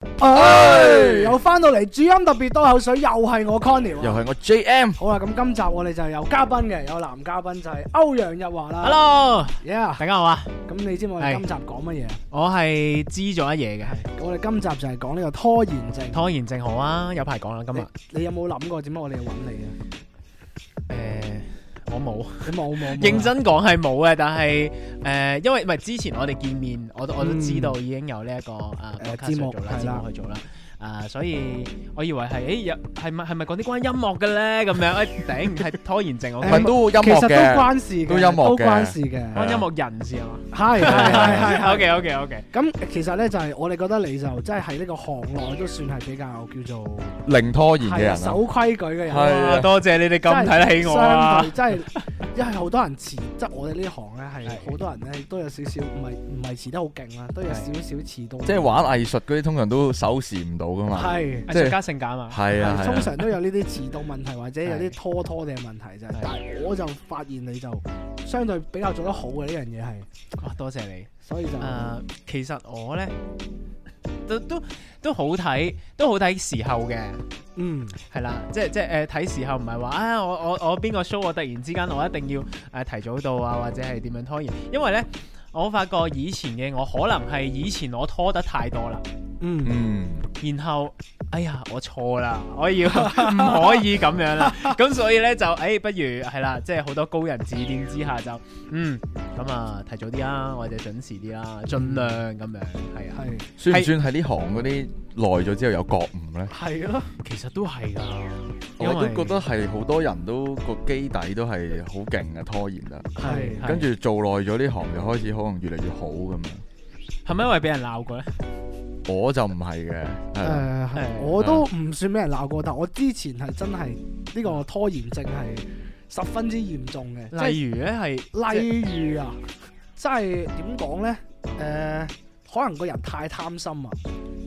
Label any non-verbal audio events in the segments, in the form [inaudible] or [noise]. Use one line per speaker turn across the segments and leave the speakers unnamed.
哎唉，又翻到嚟，主音特別多口水，又係我 Conny 喎。
又係我 JM。
好啦，啊咁今集我哋就有嘉賓嘅，有男嘉賓就係歐陽日華啦。
Hello，
Yeah，
大家好啊！
咁你知唔知我哋
係
今集講乜嘢？
我係知咗一嘢嘅，
我哋今集就係講呢個拖延症。
拖延症好啊，有排講啦今日。
你有冇諗過點解我哋要揾你啊？
诶，我冇，
你冇啊
[laughs]
冇冇
認真講係冇嘅，但係诶，誒因為唔係之前我哋見面，
嗯
我都我都知道已經有呢一個啊
誒
podcast 去
節目
做啦，
係啦
節目去做啦。啊，所以我以為係，誒有係咪係咪講啲關音樂嘅咧？咁樣，誒哎頂係拖延症，我
唔
誒
關
唔
係都音
其實
樂
都
嘅，
關事嘅，
都音樂嘅
都關事嘅。
音樂人士啊嘛。
係係係係
[laughs]
係。
OK OK OK，
咁其實咧就係我哋覺得你就真係喺呢個行內都算係比較叫做
零拖延嘅
係
人
啊
啊
守，規矩嘅人
係。啊
哇多謝你哋咁睇得起我
真係相
啊！
對，真係因為好多人遲，即係我哋呢行咧係好多人咧都有少少唔係唔係遲得好勁啦，都有少少遲到。
即係玩藝術嗰啲通常都守時唔到噶嘛。
係
藝
即係
術家性格啊嘛，
係啊，
係
係
通
啊
常都有呢啲遲到問題或者有啲拖拖嘅問題啫
係。
但係我就發現你就相對比較做得好嘅呢樣嘢係，
哇多謝你。
所以就
誒、其實我咧都都都好睇，都好睇時候嘅，
嗯
係啦，即係即係誒睇時候唔係話啊，我我我邊個 show 我突然之間我一定要誒、提早到啊，或者係點樣拖延，因為咧我發覺以前嘅我可能係以前我拖得太多啦，
嗯
嗯，
然後哎呀我錯啦，我 [laughs] 要唔可以咁樣啦，咁所以咧就誒、哎不如係啦，即係好多高人指點之下就嗯咁啊提早啲啦，或者準時啲啦，盡量咁樣係啊。
係
算唔
係
算係呢行嗰啲耐咗之後有覺悟咧？
係咯，
其實都係 [laughs] 㗎，
我
因
都
為
覺得係好多人都個基底都係好勁嘅拖延啊，
係
係
跟住做耐咗呢行就開始可能越嚟越好咁樣。
係咪因為俾人鬧過咧？
我就唔係嘅，係啦
誒係
係
我都唔算俾人鬧過，但我之前係真係呢個拖延症係十分之嚴重嘅，即係
例如咧係
例如啊，即係點講呢？誒、可能個人太貪心啊，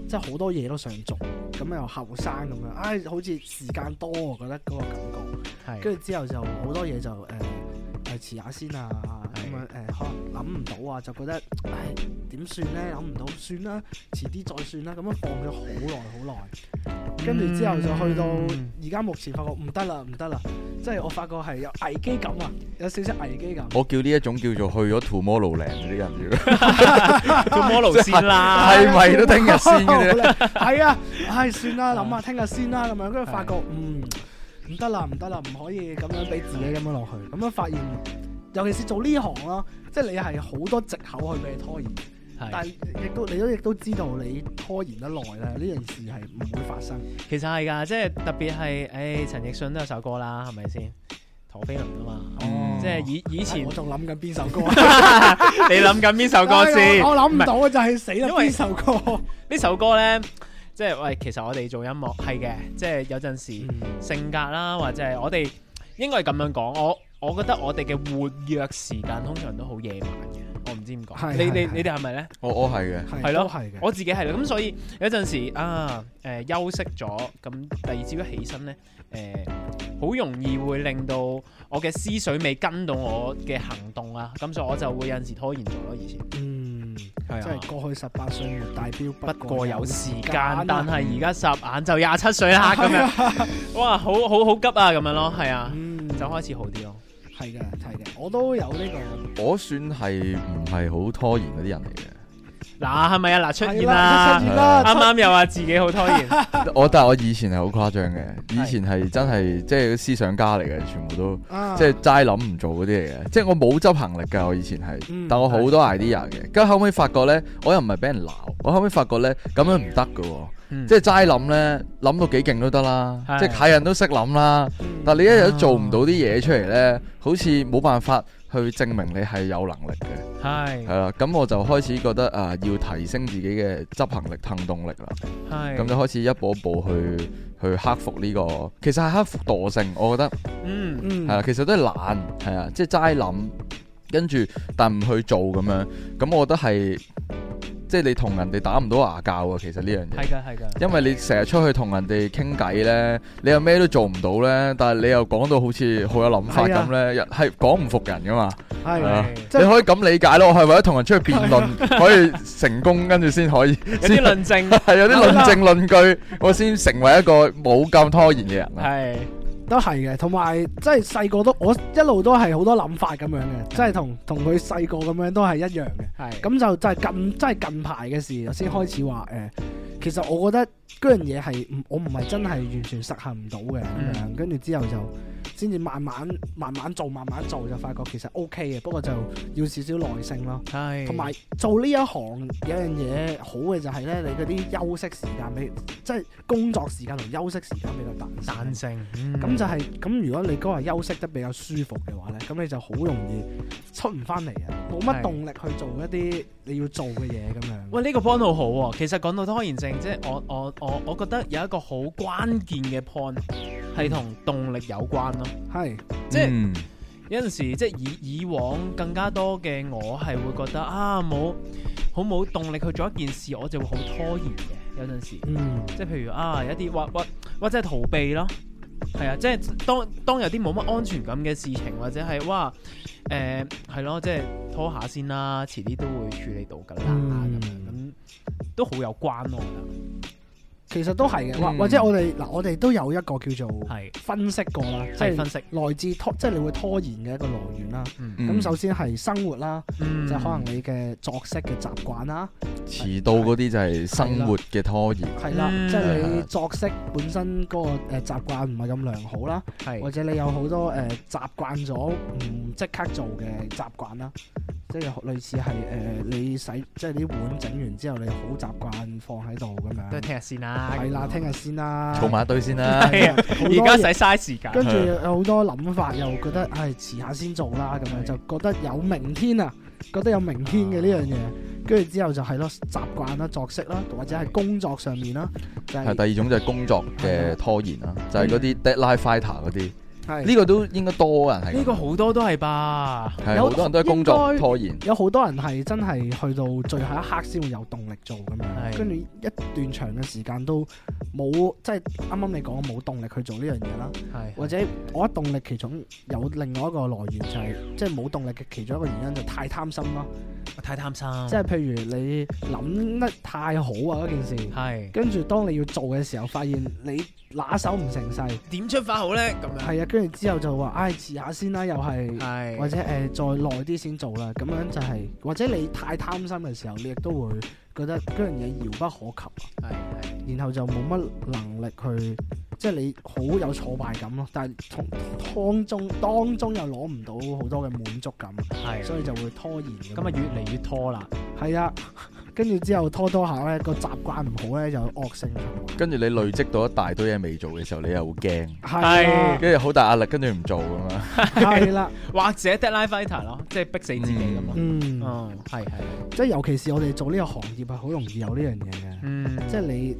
即係好多嘢都想做，咁又後生咁樣，唉、好似時間多，啊我覺得嗰個感覺。
係
跟住之後就好多嘢就誒誒遲下先啊，咁樣誒可能諗唔到啊，就覺得唉點算呢？諗唔到算啦，遲啲再算啦，咁樣放咗好耐好耐。跟住之後就去到
嗯
而家目前發覺唔得啦，唔得啦，即係我發覺係有危機感啊，有少少危機感。
我叫呢一種叫做去咗 Tomorrowland 嗰啲人要。
[laughs] tomorrow 先
[laughs]
啦，
係咪都聽日先
[laughs]
嘅
啫？係啊，唉，算啦，諗下聽日先啦，咁樣跟住發覺，嗯，唔得啦，唔得啦，唔可以咁樣俾自己咁樣落去，咁樣發現，尤其是做呢行咯，即係你係好多藉口去俾你拖延，但
係
係亦都你都亦都知道你拖延得耐咧，呢件事係唔會發生。
其實係㗎，即係特別係誒陳奕迅都有首歌啦，係咪先？陀飛輪啊嘛，
嗯
即
哦
係以
[laughs]
以前
我
你
仲諗緊邊首歌啊？
諗緊邊首歌先？
[laughs] 我我諗唔
係
到啊，就係死啦！
因為
邊首歌？
呢首歌咧，即係喂，其實我哋做音樂係嘅，即係有陣時。性格啦，或者係我哋應該係咁樣講。我我覺得我哋嘅活躍時間通常都好夜晚嘅，我唔知點
係
講。你你
係
你哋係咪咧？
我我係嘅，
係
係咯
都係嘅。
我自己係啦，咁所以有陣時啊，誒、休息咗，咁第二朝一起身咧，誒、好容易會令到我嘅思緒未跟到我嘅行動啊，咁所以我就會有陣時拖延咗咯，以前
嗯，即係過去十八歲沒大標，
啊不過有時間
啊，
但係而家霎眼就廿七歲啦，咁樣，哇，好 [laughs] 好好急啊，咁樣咯，係啊，
嗯，
就開始好啲咯。
係嘅，係嘅，我都有呢個
我算係唔係好拖延嗰啲人嚟
嗱，係咪啊？
[laughs]
嗱，出現
係出
啦，
現啦，
啱啱又話自己好拖延，
嘅。我但係我以前係好誇張嘅，以
係
前係真係即係思想家嚟嘅，全部都
啊
即係齋諗唔做嗰啲嚟嘅。即係我冇執行力㗎，我以前係
嗯，
但我好多 idea 嘅。跟住後尾發覺咧，我又唔係俾人鬧，我後尾發覺咧咁樣唔得㗎喎。
嗯
即係齋諗咧，諗到幾勁都得啦，
係
即係係人都識諗啦。
嗯
但你一日都做唔到啲嘢出嚟咧，好似冇辦法去證明你係有能力嘅。
係
係啦，咁我就開始覺得啊，要提升自己嘅執行力、行動力啦。
係
咁就開始一步一步去去克服呢、個，其實係克服惰性。我覺得
嗯
嗯
係啦，啊其實都係懶，係啊，即係齋諗，跟住但唔去做咁樣。咁我覺得係即係你同人哋打唔到牙教啊。其實呢樣
係。
嘢
㗎係㗎，
因為你成日出去同人哋傾偈呢，你又咩都做唔到呢，但係你又講到好似好有諗法咁呢，係講唔服人噶嘛。係
係
啊
即係
你可以咁理解咯，我係為咗同人出去辯論，可以成功，跟住先可以，
有啲論
[laughs]
證
係有啲論證論據，我先成為一個冇咁拖延嘅人啊。
係
都係嘅，同埋即係細個都我一路都係好多諗法咁樣嘅，即係同同佢細個咁樣都係一樣嘅。
係
咁就真係近，真係近排嘅事先開始話誒、呃其實我覺得嗰樣嘢係唔我唔係真係完全實行唔到嘅咁樣，跟住之後就先至慢慢慢慢做，慢慢做就發覺其實 O K 嘅，不過就要少少耐性咯。
係
同埋做呢一行有樣嘢好嘅就係咧，你嗰啲休息時間比即係工作時間同休息時間比較彈性
彈性，嗯
咁就係、咁，如果你嗰日休息得比較舒服嘅話咧，咁你就好容易出唔翻嚟啊，冇乜
係
動力去做一啲你要做嘅嘢咁樣。
喂，呢、個 point 好好、喎，其實講到拖延症，即係我我我我覺得有一個好關鍵嘅 point 係同動力有關咯。
係
即係
嗯
有陣時即係以以往更加多嘅我係會覺得啊冇好冇動力去做一件事，我就會好拖延嘅。有陣時
嗯
即係譬如啊有一啲或或或者係逃避咯，係啊，即係當當有啲冇乜安全感嘅事情，或者係哇誒係咯，即係拖下先啦，遲啲都會處理到㗎啦
嗯
咁樣咁都好有關咯，我覺得。
其實都係嘅，或、
嗯
或者我哋嗱，我哋都有一個叫做
係
分析過啦，即
係分
係
析，
來自拖，即係你會拖延嘅一個來源啦。
嗯，
咁、
嗯
首先係生活啦，
嗯
就可能你嘅作息嘅習慣啦，
遲到嗰啲就係生活嘅拖延。
係啦，
嗯
即係你作息本身嗰個誒習慣唔係咁良好啦。或
係
者你有好多誒、呃、習慣咗唔即刻做嘅習慣啦，即係類似係誒、呃你洗即係啲碗整完之後，你好習慣放喺度咁
都
樣。
係聽日先啦。
係啦，聽日先啦。
儲埋一堆先啦，
係啊，
好多嘢
而家使嘥時間。
跟住有好多諗法，又覺得唉遲下先做啦，咁樣就覺得有明天啊，覺得有明天嘅呢樣嘢。跟住之後就係咯習慣啦、作息啦，或者係工作上面啦，就
係
係嗯
第二種就係工作嘅拖延啦，就係嗰啲 deadline fighter 嗰啲，
係
呢個都應該多人係
呢
咁。
個好多都係吧，
係
有
好多人都係工作
應該
拖延。
有好多人係真係去到最後一刻先會有動力做咁
係
樣，跟住一段長嘅時間都冇，即係啱啱你講冇動力去做呢樣嘢啦，
係
或者我覺得動力其中有另外一個來源就係、即係冇動力嘅其中一個原因就太貪心咯，
太貪心，
即係譬如你諗得太好啊嗰件事，
係
跟住當你要做嘅時候，發現你拿手唔成勢，
點出發好咧？咁樣
係啊，跟住之後就話唉遲下先啦，又係。
係
或者誒、呃再耐啲先做啦，咁樣就係、或者你太貪心嘅時候，你亦都會覺得嗰樣嘢遙不可及，
係係
然後就冇乜能力去，即係你好有挫敗感咯。但係從當中當中又攞唔到好多嘅滿足感，
係，
所以就會拖延咁樣。
咁啊越嚟越拖啦，
係啊，跟住之後拖拖下咧，個習慣唔好咧，就有惡性循
跟住你累積到一大堆嘢未做嘅時候，你又會驚，
環。係啦
跟住好大壓力，跟住唔做咁
嗯
樣。
係啦，
或者 deadline fighter 咯，即係逼死自己咁啊。 [laughs]
嗯，
嗯，係係，
即係尤其是我哋做呢個行業啊係好容易有呢樣嘢嘅。
嗯，
即係你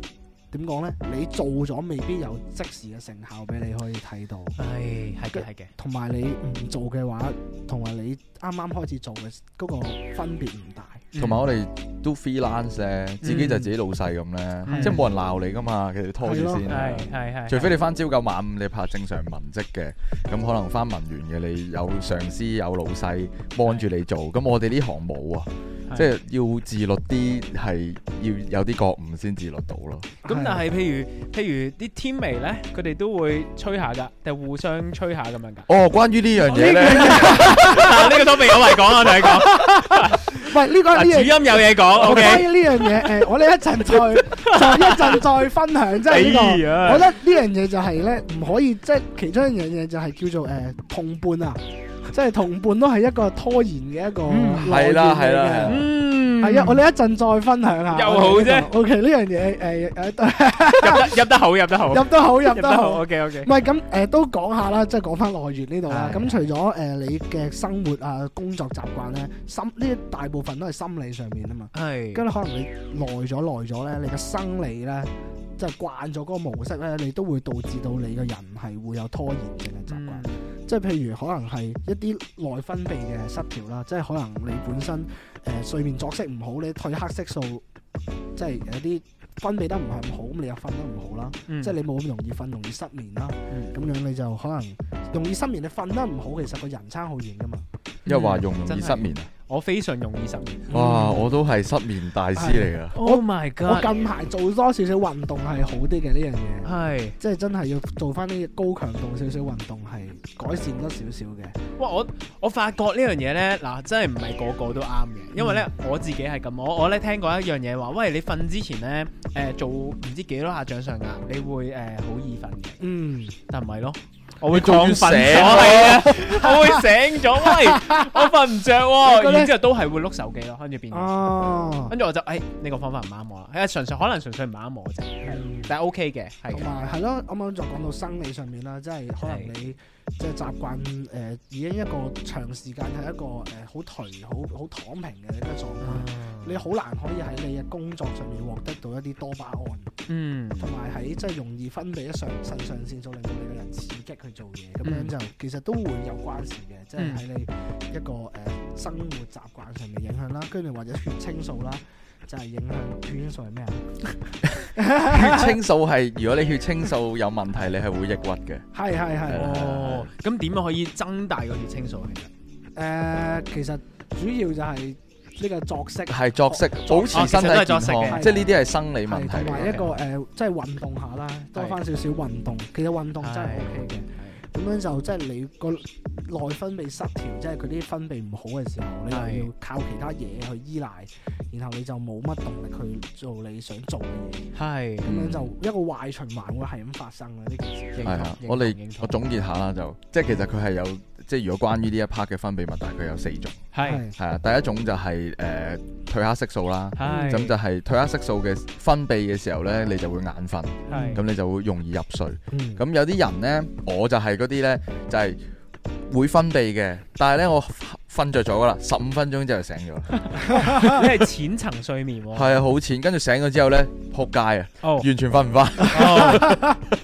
點講呢？你做咗未必有即時嘅成效俾你可以睇到，
係係嘅係嘅，
同埋你唔做嘅話，同埋你啱啱開始做嘅嗰個分別唔大。
嗯
同埋我哋都 freelance 咧，自己就自己老細咁咧，
嗯
即係冇人鬧你噶嘛，其實拖住先啊
係。係係，
除非你翻朝九晚五，你拍正常文職嘅，咁可能翻文員嘅，你有上司有老細幫住你做。咁我哋呢行冇啊，即係要自律啲，係要有啲覺悟先自律到咯。
咁但係譬如譬如啲 team 眉咧，佢哋都會吹下㗎，定係互相吹下咁樣㗎。
哦，關於呢樣嘢咧，
嗱呢個都未有謂講 [laughs] 啊，我同你講。
喂，呢個呢
嗱，主
樣
音有嘢講
關
，OK。
於呢樣嘢，誒，我哋一陣再就一陣再分享，即係呢
哎
個。我覺得呢樣嘢就係呢，唔可以即係其中一樣嘢就係叫做誒同伴啊，即係同伴都係一個拖延嘅一個
嗯
來
係啦
源嚟嘅
係啦係啦
嗯
係啊，我哋一陣再分享下。
又好啫
O K，呢樣嘢誒誒
入得入得好，入得 [laughs] 好，
入得好，入
入
得好。
，OK OK
唔。係咁誒，都講下啦，即係講翻來源呢度啦。
係
咁除咗誒你嘅生活啊、工作習慣咧，心呢一大部分都係心理上面啊嘛。
係
跟住可能你耐咗耐咗咧，你嘅生理咧，即係慣咗嗰個模式咧，你都會導致到你個人係會有拖延症嘅習慣。
嗯
即係譬如可能係一啲內分泌嘅失調啦，即係可能你本身誒、呃睡眠作息唔好，你褪黑色素即係有啲分泌得唔係咁好，咁你又瞓得唔好啦，
嗯
即係你冇咁容易瞓，容易失眠啦，
嗯
咁樣你就可能容易失眠，你瞓得唔好，其實個人差好遠噶嘛。
又話容唔
真
易
係
失眠啊？
我非常容易失眠。
哇！我都係失眠大師嚟噶。
Oh my
我
god！
近排做多少少運動係好啲嘅呢樣嘢。
係，
即係真係要做翻啲高強度少少運動，係改善多少少嘅。
哇！我我發覺呢樣嘢咧，嗱，真係唔係個個都啱嘅，因為咧我自己係咁，我我咧聽過一樣嘢話，喂，你瞓之前咧，誒、做唔知幾多下掌上壓，你會誒好、易瞓嘅，
嗯，
但唔係咯。我會
仲要
亢奮
醒
咗，係啊，我會醒咗，喂，我瞓唔着
你覺
喎，
得
然之後都係會碌手機咯，跟住變咗。
哦，
跟住我就誒呢、個方法唔啱我啦，係啊純粹可能純粹唔啱我啫，但係 OK 嘅，係
同
嘅，
埋係咯，啱啱就講到生理上面啦，即係可能
係
你即係習慣誒、呃已經一個長時間係一個誒好頹、好好躺平嘅一個狀
嗯
態，你好難可以喺你嘅工作上面獲得到一啲多巴胺，
嗯
同埋喺即係容易分泌一上腎上腺素，令到你個人刺激去做嘢，咁
嗯
樣就其實都會有關事嘅，即係喺你一個誒、呃生活習慣上面影響啦，跟住或者血清素啦，就係、影響血清素係咩啊？
血清素係，如果你血清素有問題，你係會抑鬱嘅。
係係係。
哦，咁點樣可以增大個血清素其實？
誒、呃其實主要就係呢個作息，
係作息，
作
保持身體
哦其實
健
都係作息
康，
嘅
即係呢啲係生理問
係
題
同
嚟
埋
嘅。
一個誒、呃即係運動下啦，多翻少少運動。其實運動真係
係
OK 嘅，咁樣就即係你個內分泌失調，即係佢啲分泌唔好嘅時候，你
係
又要靠其他嘢去依賴，然後你就冇乜動力去做你想做嘅嘢，
係
咁
嗯
樣就一個壞循環會係咁發生嘅呢件事。
認
係
同
啊
認，同
我哋
認同
我總結下啦，就即係其實佢係有，即係如果關於呢一 part 嘅分泌物，大概有四種。
係
係啊，第一種就係誒褪黑色素啦，
係
咁就係褪黑色素嘅分泌嘅時候呢，你就會眼瞓，
係
咁你就會容易入睡。
嗯
咁有啲人呢，我就係嗰啲呢，就係、會分泌嘅，但係呢，我瞓着咗噶啦，十五分鐘之後就醒咗
[laughs]
啦，
你係淺層睡眠喎，
係啊，好淺。跟住醒咗之後呢，撲街啊，
哦
完全瞓唔翻，
哦
[laughs]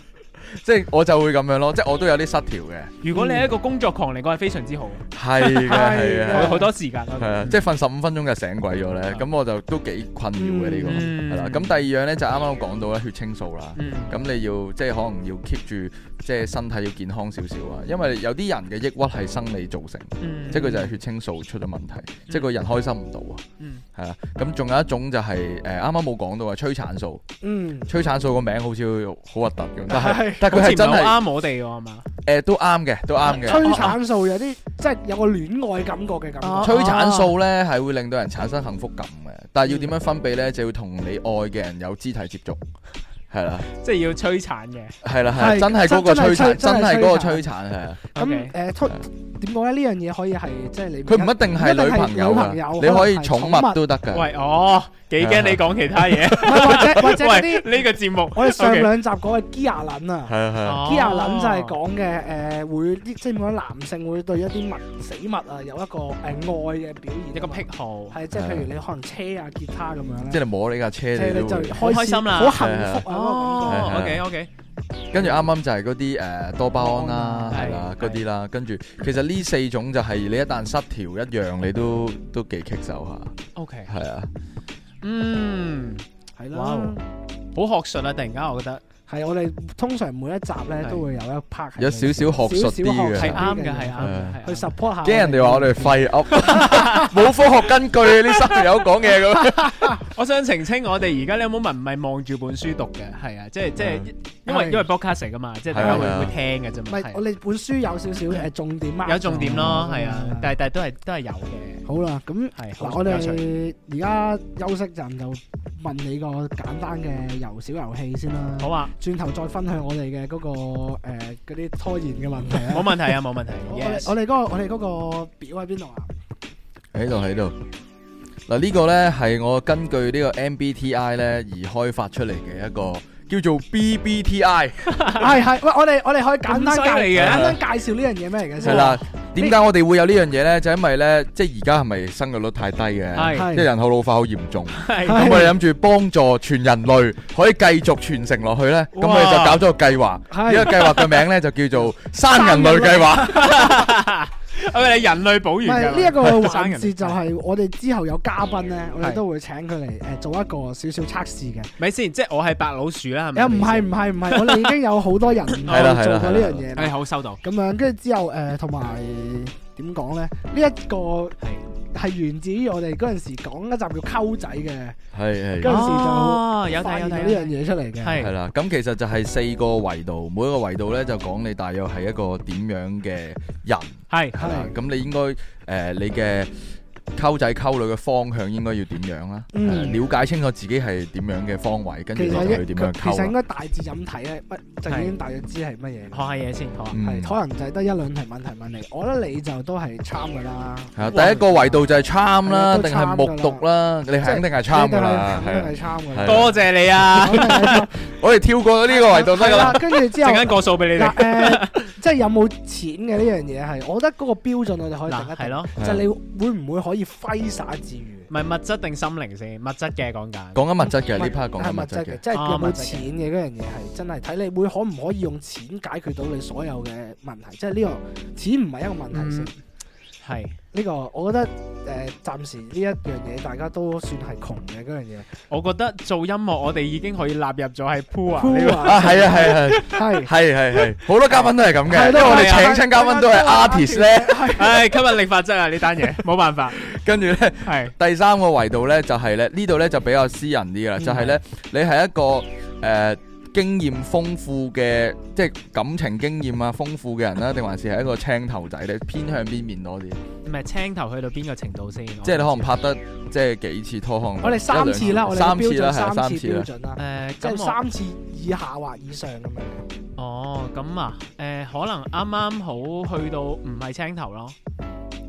即係我就會咁樣咯，即係我都有啲失調嘅，
如果你係一個工作狂嚟講係非常之好，
係嘅，係
係
啊
好。好多時間嗯
係啊，即係瞓十五分鐘就醒鬼咗咧，咁我就都幾困擾嘅呢個
嗯
係啦。咁第二樣咧就啱啱講到咧血清素啦，
嗯
咁你要即係可能要 keep 住即係身體要健康少少啊，因為有啲人嘅抑鬱係生理造成，
嗯
即係佢就係血清素出咗問題，即係個人開心唔到啊，
嗯
係啦。咁仲有一種就係誒啱啱冇講到啊，催產素，
嗯，
催產素個名好似好核突咁，但係
係
但係佢係真
好似唔
係
好啱我哋喎係嘛？
誒都啱嘅，都啱嘅
催。產素有啲即係有個戀愛感覺嘅感覺。
啊
催產素
哦
咧係會令到人產生幸福感嘅，但係要點樣分泌咧，就要同你愛嘅人有肢體接觸，係啦，
即係要摧殘嘅
係啦，
係
係真係嗰個
真真係催
催產，真係
真係
嗰個催
催
產係啊，
咁
，OK
誒，推點講咧？呢樣嘢可以係即係你
佢唔一定係女朋友
唔一定係
啊，
女朋友
你可以
可能係
寵
寵
物
物
都得㗎，
喂，哦，幾驚你講其他嘢。
唔係
啊
或者或者嗰啲
[laughs] 喂，呢個節目， [laughs]
我哋上
OK 哦
兩集講嘅 gear 撚啊
係啊係啊，
，gear 撚就係講嘅誒呃會啲即係點講男性會對一啲物死物啊有一個誒愛嘅表現啊嘛，
一個癖好，
係即係譬如你可能車啊吉他咁樣
即係
咧，
你摸你架車
即係
你
你
都
就
會，
開
好開心啦
好幸福啊嗰個感覺。
哦，OK OK，
跟住啱啱就係嗰啲誒多巴胺啦，
係
係啦
係
嗰啲啦，跟住其實呢四種就係你一旦失調一樣，你都都幾棘手
OK，
下，係啊，
嗯，
係
哇
啦
哦，好學術啊！突然間，我覺得
係我哋通常每一集咧
係
都會有一 part 係
有少少學
少
術啲
少學
嘅
術。
係啱嘅，
嘅
係啱
啊
嘅，係啱
去
嘅
support 下，
驚人哋話我哋
[laughs]
廢噏，冇科學根據呢三條友講嘢咁。
我想澄清，我哋而家你有冇問唔係望住本書讀嘅？係啊，即係即係，因為
嗯係
因為 podcast 嚟噶嘛，即係大
係
家
啊
會
係啊
會聽嘅啫
唔
嘛
係我
係
哋本書有少少誒重點
啊。
mark
有重點咯，
咗
係啊，但係但係都係都係有嘅，
好啦，咁
係
嗱，
好
我
有趣
哋而家休息陣就問你個簡單嘅遊小遊戲先啦。
好，啊，
轉頭再分享我哋嘅嗰個誒嗰啲拖延嘅問題
冇
啊。
問題啊，冇問題
[laughs] 我我哋
yes
我哋嗰個我哋嗰個表喺邊度啊？
喺度喺度。嗱呢個呢係我根據呢個 MBTI 呢而開發出嚟嘅一個叫做 BBTI
啊係係，喂，我哋我哋可以簡單
咁犀利
介
嘅
簡單介紹呢樣嘢咩嚟嘅
係
先？
啦。點解我哋會有呢樣嘢呢？就因為呢，即係而家係咪生育率太低嘅，
係
係
即係人口老化好嚴重。
[laughs] 係
係
咁我哋諗住幫助全人類可以繼續傳承落去呢。咁
哇
我哋就搞咗個計劃。
係
呢個計劃嘅名呢，就叫做生人類計劃。
喂，你人類保
唔
完
係
㗎
呢一個
生
環
人
節就係我哋之後有嘉賓咧，我哋
係
都會請佢嚟誒做一個少少測試嘅。
咪先，即係我係白老鼠啦，係咪？
又唔係唔係唔係，我哋已經有好多人
[laughs]
去
係啦係啦
做過呢樣
你
嘢
先，係
啦。
好收到，
咁樣跟住之後誒，同埋點講咧？呢一個
係
係源自於我哋嗰陣時講一集叫溝仔嘅，
係係
跟嗰陣時就
哦有
發
睇
現
有
到
睇
呢樣嘢出嚟嘅。
係
係啦，咁其實就係四個維度，每一個維度咧就講你大約係一個點樣嘅人，
係
係啦，咁你應該誒、呃你嘅溝仔溝女嘅方向應該要點樣啦？
嗯
係啦了解清楚自己係點樣嘅方位，跟住
其
你就
實
去
一
點
佢
樣
其實應
溝啦。啊
該大致咁睇咧，乜就已經大約知係乜嘢
學。下嘢先，學下。
嗯
係可能就係得一兩題問題問你，我覺得你就都係參噶啦。
係啊第一個維度就係參
係
啦，
啊都
定係目讀啦，你肯定係參㗎啦，
肯
係啊
定係參噶啦
係。
多謝你啊！
肯定係參
我哋跳過咗 [laughs] 呢個維度得㗎
係
啦
啦。跟住之後
陣間過數俾你
嗱
[laughs] 哋。
誒，即係有冇錢嘅呢樣嘢係，我覺得嗰個標準我哋可以定
嗱，
一
係
定，
咯，
就係你會唔會可以揮灑自如？
咪物質定心靈先？物質嘅講緊。
講緊物質嘅呢
係
part 講緊物質
係
嘅，
即係
啊
有
物
冇
質嘅
錢嘅嗰樣嘢係真係睇你會可唔可以用錢解決到你所有嘅問題，即係呢個錢唔係一個問
嗯
題先。
係
呢個呃我覺得誒，暫時呢一樣嘢大家都算係窮嘅嗰樣嘢。
我覺得做音樂我哋已經可以納入咗喺 pool 呢 [laughs]
Poor
個。
啊
啊，
係啊係啊係
係
係係係，好多嘉賓都係咁嘅，
係
因
都
為我哋
係啊
請親嘉賓都係
啊
artist 咧，
唉，吸引力法則啊！呢單 [laughs] 嘢冇辦法，
跟住咧。
係
第三個維度呢，就係咧呢度呢，就比較私人啲嘅啦，
嗯
就係呢，你係一個誒、呃、經驗豐富嘅，即係感情經驗啊豐富嘅人啦，定還是係一個青頭仔咧？偏向邊面多啲？
哦
唔係青頭去到邊個程度先？
即係你可能拍得即係幾次拖行？
我哋三次啦，我哋
三
嘅標
次
準
啦，係啊
三
三
次
次啦
標。準啦，
誒，
即
咁
係
我
三次以下或以上咁樣。
哦，咁啊，誒，可能啱啱好去到唔係青頭咯，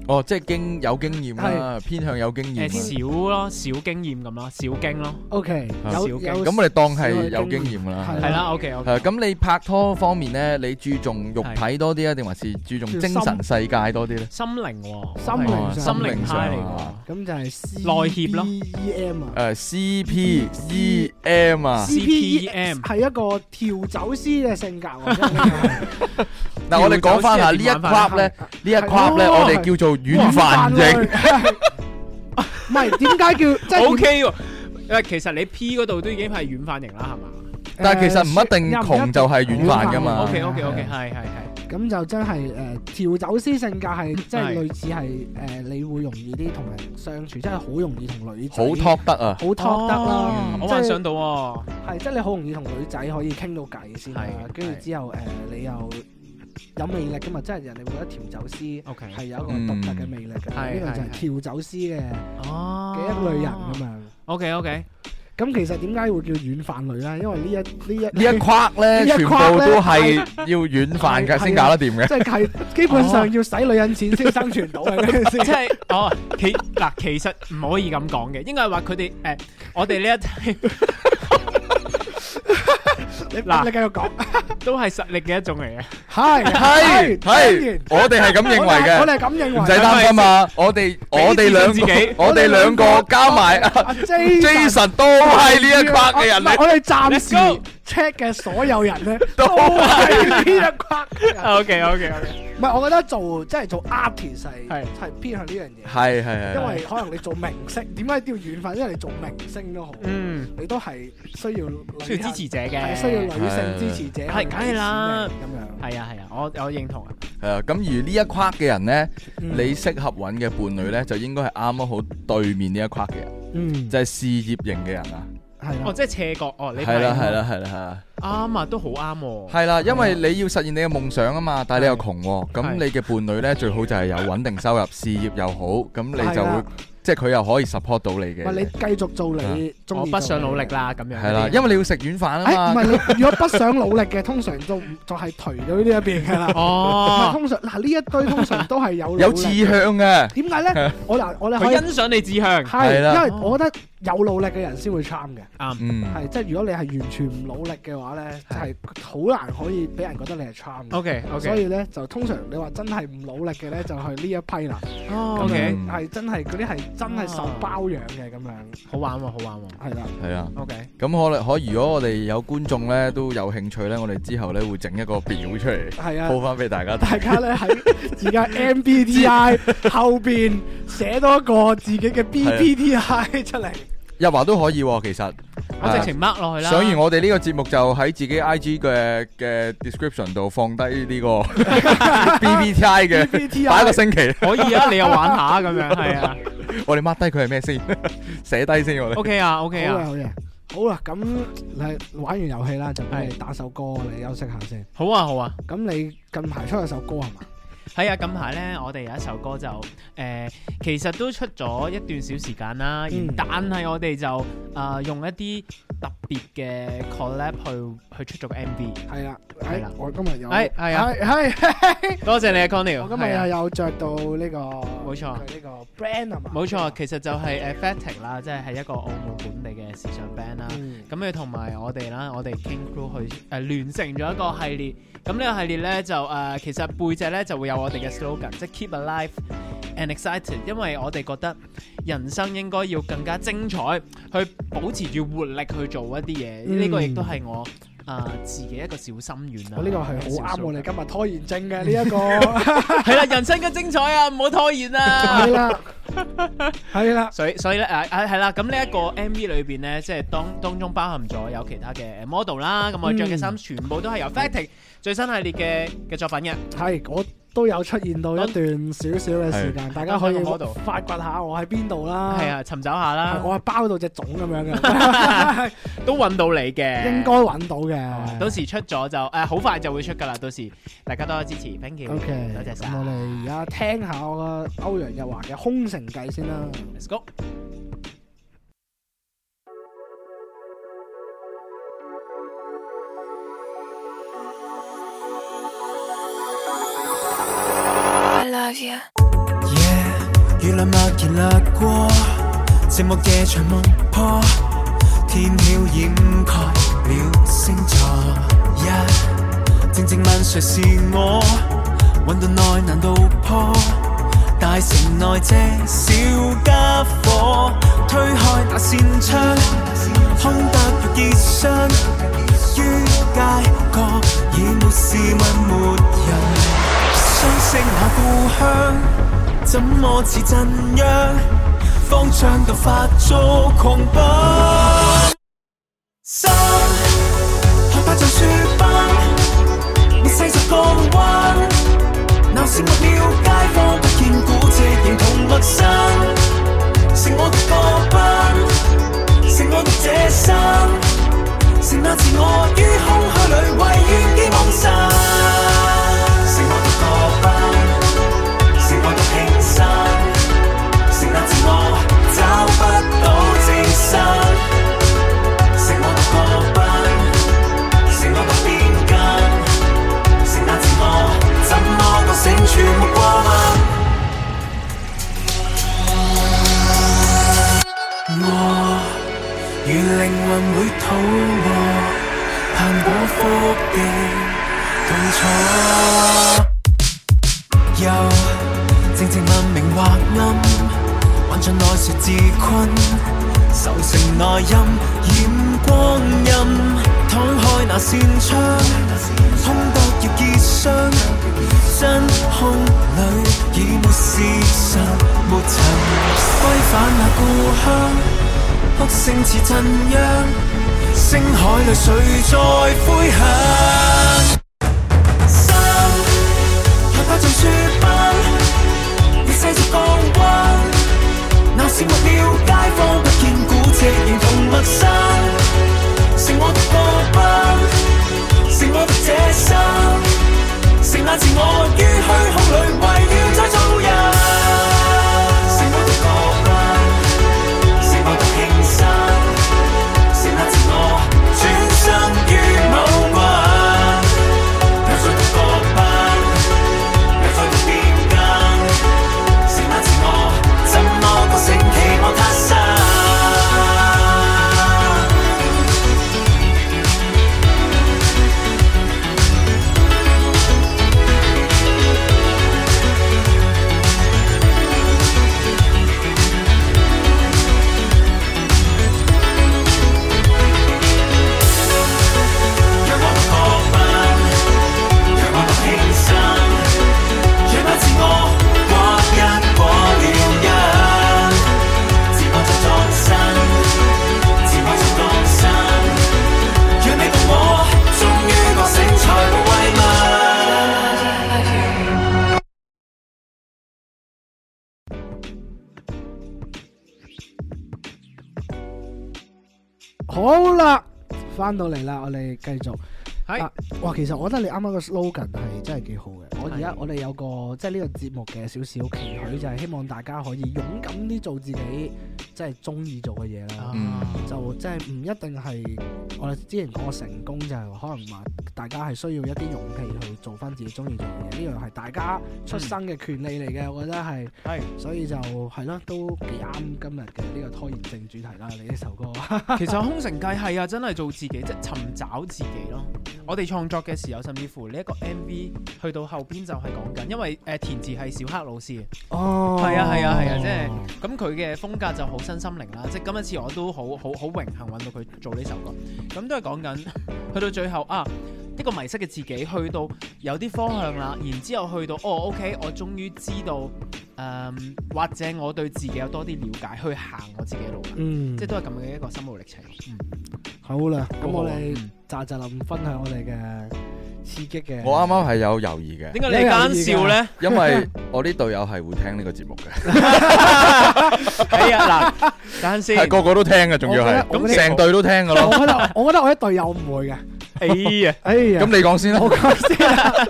哦，即係經有經驗啦，偏向有經驗啦。啊
誒，少咯，少經驗咁咯，少經咯，
O K，有
啊
小經
有
咁我哋當係
少
有
嘅經
經
驗
驗㗎啦
係。
嗯係啦，OK
係
OK，
咁，你拍拖方面呢，你注重肉體多啲啊，定還是注重精神世界多啲呢？哦
心靈喎，
心
係
靈上
心靈派嚟
啊
喎。
咁就係 C
內協咯
E M 啊
誒 C P E M 啊，
，C P E
CPEM
係一個調酒師嘅性格
[laughs]
喎，真係
嗱，我哋講翻下呢一
調酒師係點玩
club
法
咧，
咧
呢一 club 咧，
係
我哋叫做軟飯翼，
喎。 [laughs] 唔係點解叫即係
O K 喎，誒，其實你 P 嗰度都已經係軟反型啦，係嘛
但係其實唔一定窮就係軟飯噶嘛。
啊
？O K O K O
係
K，係係係，
咁就真係誒調酒師性格係即係
係
類似係誒，你會容易啲同人相處，真係好容易同女仔
好 talk 得啊，
好 talk 得啦，
哦
嗯
我
即係
幻想到喎，
係即係你好容易同女仔可以傾到偈先啦
係，
跟住
係
之後誒你又有魅力噶嘛，即係人哋會覺得調酒師
O K，
係有一個獨特嘅魅力嘅，呢
嗯
個就係
係係
調酒師嘅
哦
嘅一類人咁樣。
O K O K，
咁其實點解會叫軟飯類咧？因為呢一呢
呢
一
一 [laughs] club 咧，
呢一
全部
club
都
呢
係要軟飯嘅
係
先搞得掂嘅。
即係係基本上要使女人錢先生存到嘅
[laughs] 即
先。
係哦，其嗱其實唔可以咁講嘅，應該係話佢哋誒，我哋呢一 [laughs]
你
嗱
你繼續講，
都係實力嘅一種嚟嘅，
係
係
當然
係，我哋係咁認為
我
嘅，
哋係咁認為
唔使擔心啊！我哋我哋兩
自己
個，我哋兩個加埋
阿 Jason
Jason 都係呢一 club 嘅人
唔係
嚟，
我哋暫時
Let's go
check 嘅所有人咧，
都
都
係
係呢一 part 嘅
[laughs]
人。
O K O K O K，
唔係，我覺得做即係做 artist 係
係
係偏向呢樣嘢，
係係
因
係。
為可能你做明星，點解都要遠份？因為你做明星都好，
嗯，
你都係需要女
需要支持者
係
嘅，
需要女性支持者，
係梗係啦
咁樣。
係啊係啊，我我認同啊，
係啊，咁而呢一框嘅人呢，
嗯
你適合揾嘅伴侶呢，就應該係啱啱好對面呢一框嘅人，
嗯
就係事業型嘅人啊。
係
哦
啦，
即係斜角哦，你
係
啊
啦，
咪
係啦，係啦，係啦，
啱啊，都好啱喎，
係啦，因為你要實現你嘅夢想啊嘛，但係你又窮喎，咁
係
你嘅伴侶呢，最好就係有穩定收入，事業又好，咁你就
係
會
啦
即係佢又可以 support 到你
唔係你
嘅。
繼續做你中意，
啊我不想努力。啦咁樣，
係啦，因為你要食軟飯啊
誒，唔
嘛。
係你如果不想努力嘅，通常就唔就係頹到呢一邊㗎啦。唔係
哦。
通常嗱呢一堆通常都
[laughs]
係有
啊有
努力
志向嘅， [laughs]
點解咧？我嗱我哋可
佢
以
欣賞你志向，
係
係，
啦
因為我覺得有努力嘅人先會參嘅，
啱，
嗯，
係即係如果你係完全唔努力嘅話咧，就係好難可以俾人覺得你係參嘅。
OK
所
OK，
以咧就通常你話真係唔努力嘅咧，就係呢一批啦。
哦
咁
OK，
樣
係真係嗰啲係真係受包養嘅咁樣，
好玩喎，好玩喎
係啦。
係啊。
，OK，
咁可能可如果我哋有觀眾咧都有興趣咧，我哋之後咧會整一個表出嚟，
係啊
鋪，翻俾大家
大
睇。
家咧
[laughs]
喺而家 MBTI 後邊寫多個自己嘅
啊
BPTI 出嚟，
日華都可以喎，其實。
我直情 mark 落去啦。
上完我哋呢個節目就喺自己 IG 嘅嘅 description 度放低呢個 [laughs] BBTI 嘅，
BPTI
打一個星期，
可以啊，你又玩下咁樣，係啊
我哋 mark 低佢係咩先， [laughs] 寫低先我哋。
，OK 啊，OK
好啦，
啊，
好嘢。好啦，咁你玩完遊戲啦，就俾你打首歌，你休息下先。
好啊，好啊。
咁你近排出咗首歌係嘛？
係啊，近排咧，我哋有一首歌就誒、呃其實都出咗一段小時間啦，
嗯
然但係我哋就誒、呃用一啲特別嘅 collab 去去出咗個 MV。
係啦，
係啦
誒，我今日有，
係係啊
係係
多謝你啊，Conny。
我今日
係
又
啊
有着到呢個，
冇錯
佢呢個 brand 係嘛？
冇錯，其實就係誒 Fatic 啦，即係係一個澳門本地嘅時尚 band 啦。
嗯
咁佢同埋我哋啦，我哋 King Crew 去誒、呃、聯成咗一個系列。咁呢個系列咧就誒、呃其實背脊咧就會有我哋嘅 slogan，即係 Keep Alive and Excited。因為我哋覺得人生應該要更加精彩，去保持住活力去做一啲嘢。
嗯
呢、個亦都係我誒、呃自己一個小心願啦。
哦我呢個係好啱我哋今日拖延症嘅呢一個，
係啦，人生嘅精彩啊，唔好拖延啊
係！啦，係
[laughs]
啦，
[laughs] 所以所以咧誒誒係啦，咁呢一個 MV 裏邊咧，即係當當中包含咗有其他嘅呃 model 啦，咁我
Ừ.
着嘅衫全部都係由 Fatic 最新系列嘅嘅作品嘅，
係我都有出現到一段少少嘅時間，大家可以
當一個 model
發掘下我喺邊度啦。
à?
係啊，尋找下
係，
啦，
我係包到隻種咁樣嘅，
都揾到你
應該
嘅，
揾到嘅。
到時出咗就誒好快就會出㗎啦，到時大家多多支持，thank you，
O K，
多謝晒
咁我哋而家聽下我個歐陽日華嘅《空城計》先啦。
，let's go。
I love you。
夜雨兩默然掠過，寂寞夜長夢破，天曉掩蓋了星座。一靜靜問誰是我，混沌內難道破？大城內這小家伙，推開那扇窗，空得如結霜。於街角已沒市民沒人。相識那故鄉，怎麼似震央？慌張到發作狂奔。心害怕像雪崩，滅世就降溫。鬧市沒了街坊，不見古跡，形同陌生。成我的過奔，成我的這生。成那自我於空虛裏唯願寄望神。成我獨個奔，成我獨輕身，成那自我找不到正身。成我獨個奔，成我獨變更，成那自我怎麼覺醒全沒過問？我。如靈魂會肚餓，盼果腹地痛楚。又靜靜問明或暗，幻象內誰自困？愁城內陰掩光陰，敞開那扇窗，空得要結霜。真空裏已沒事實，沒塵歸返那故鄉。哭聲似震央，星海裏誰在灰響？心害怕像雪崩，越世俗降溫。鬧市沒了街坊，不見古跡，形同陌生。成我獨個奔，成我獨這生，成那自我於虛空裏，唯願再做人。成我獨個奔。成我獨輕身，成那自我轉身於某君，又再獨個奔，又再獨變更，成那自我怎麼覺醒期望他生？
好啦，翻到嚟啦，我哋繼續。
係
啊哇，其實我覺得你啱啱個 slogan 係真係幾好嘅。我而家我哋有個即係呢個節目嘅少少期許，就係希望大家可以勇敢啲做自己，即係中意做嘅嘢
啊
啦。
嗯
就即係唔一定係我哋之前講過成功，就係可能話大家係需要一啲勇氣去做翻自己中意做嘅嘢。呢樣係大家出生嘅權利嚟嘅，我覺得係。
係
所以就係咯，都幾啱今日嘅呢個拖延症主題啦。你呢首歌。
其實空城計係啊，真係做自己，即係尋找自己咯。我哋創作嘅時候，甚至乎呢一個 MV 去到後邊就係講緊，因為誒、呃填詞係小黑老師嘅，
哦，
係啊係啊係啊即係咁佢嘅風格就好新心靈啦。即係今一次我都好好好榮幸揾到佢做呢首歌，咁都係講緊 [laughs] 去到最後啊。一個迷失嘅自己，去到有啲方向啦，然之後去到哦，OK，我終於知道，誒、或者我對自己有多啲了解，去行我自己嘅路啦，
嗯，
即係都係咁嘅一個心路歷程。嗯
好啦，咁我哋
嗯
咋咋林分享我哋嘅刺激嘅，
我啱啱係有猶豫嘅，
點解你奸笑咧？
因為 [laughs] 我啲隊友係會聽呢個節
[laughs]
目嘅，
係啊， [laughs] 嗱，等陣先。
係個個都聽嘅，仲要係
我覺得
咁成隊都聽嘅
我
咯。
覺得我覺得我啲隊友唔會嘅，
哎 [laughs] 呀，
哎
咁
呀，
你講先啦，
我講先啦，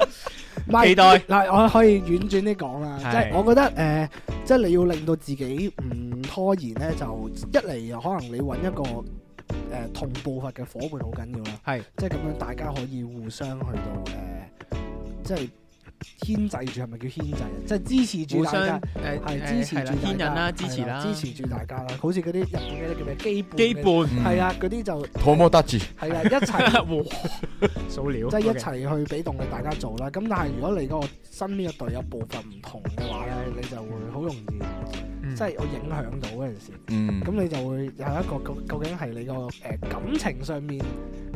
唔係
期待
嗱，我可以婉轉啲講啦，
係
即係我覺得誒，即係你要令到自己唔拖延咧，就一嚟可能你揾一個誒同步伐嘅伙伴好緊要啦，
係
即係咁樣大家可以互相去到誒，即係牽制住係咪叫牽制啊？即係支持住
互
大
相
家
誒。誒
係支持
係啦
住
牽引
大
啦，
家
支持
係
啦，
支持住大家啦。好似嗰啲日本嘅叫咩基本
基本
嗯
係啊，嗰啲就
土摩德住，
係啊，一
[laughs]
齊
數料，
即係一齊去俾動力大家做啦。咁但係如果你嗰個身邊嘅隊友部分唔同嘅話咧，你就會好容易
OK，
即係我影響到嗰陣時，
嗯，
咁你就會有一個究究竟係你個誒感情上面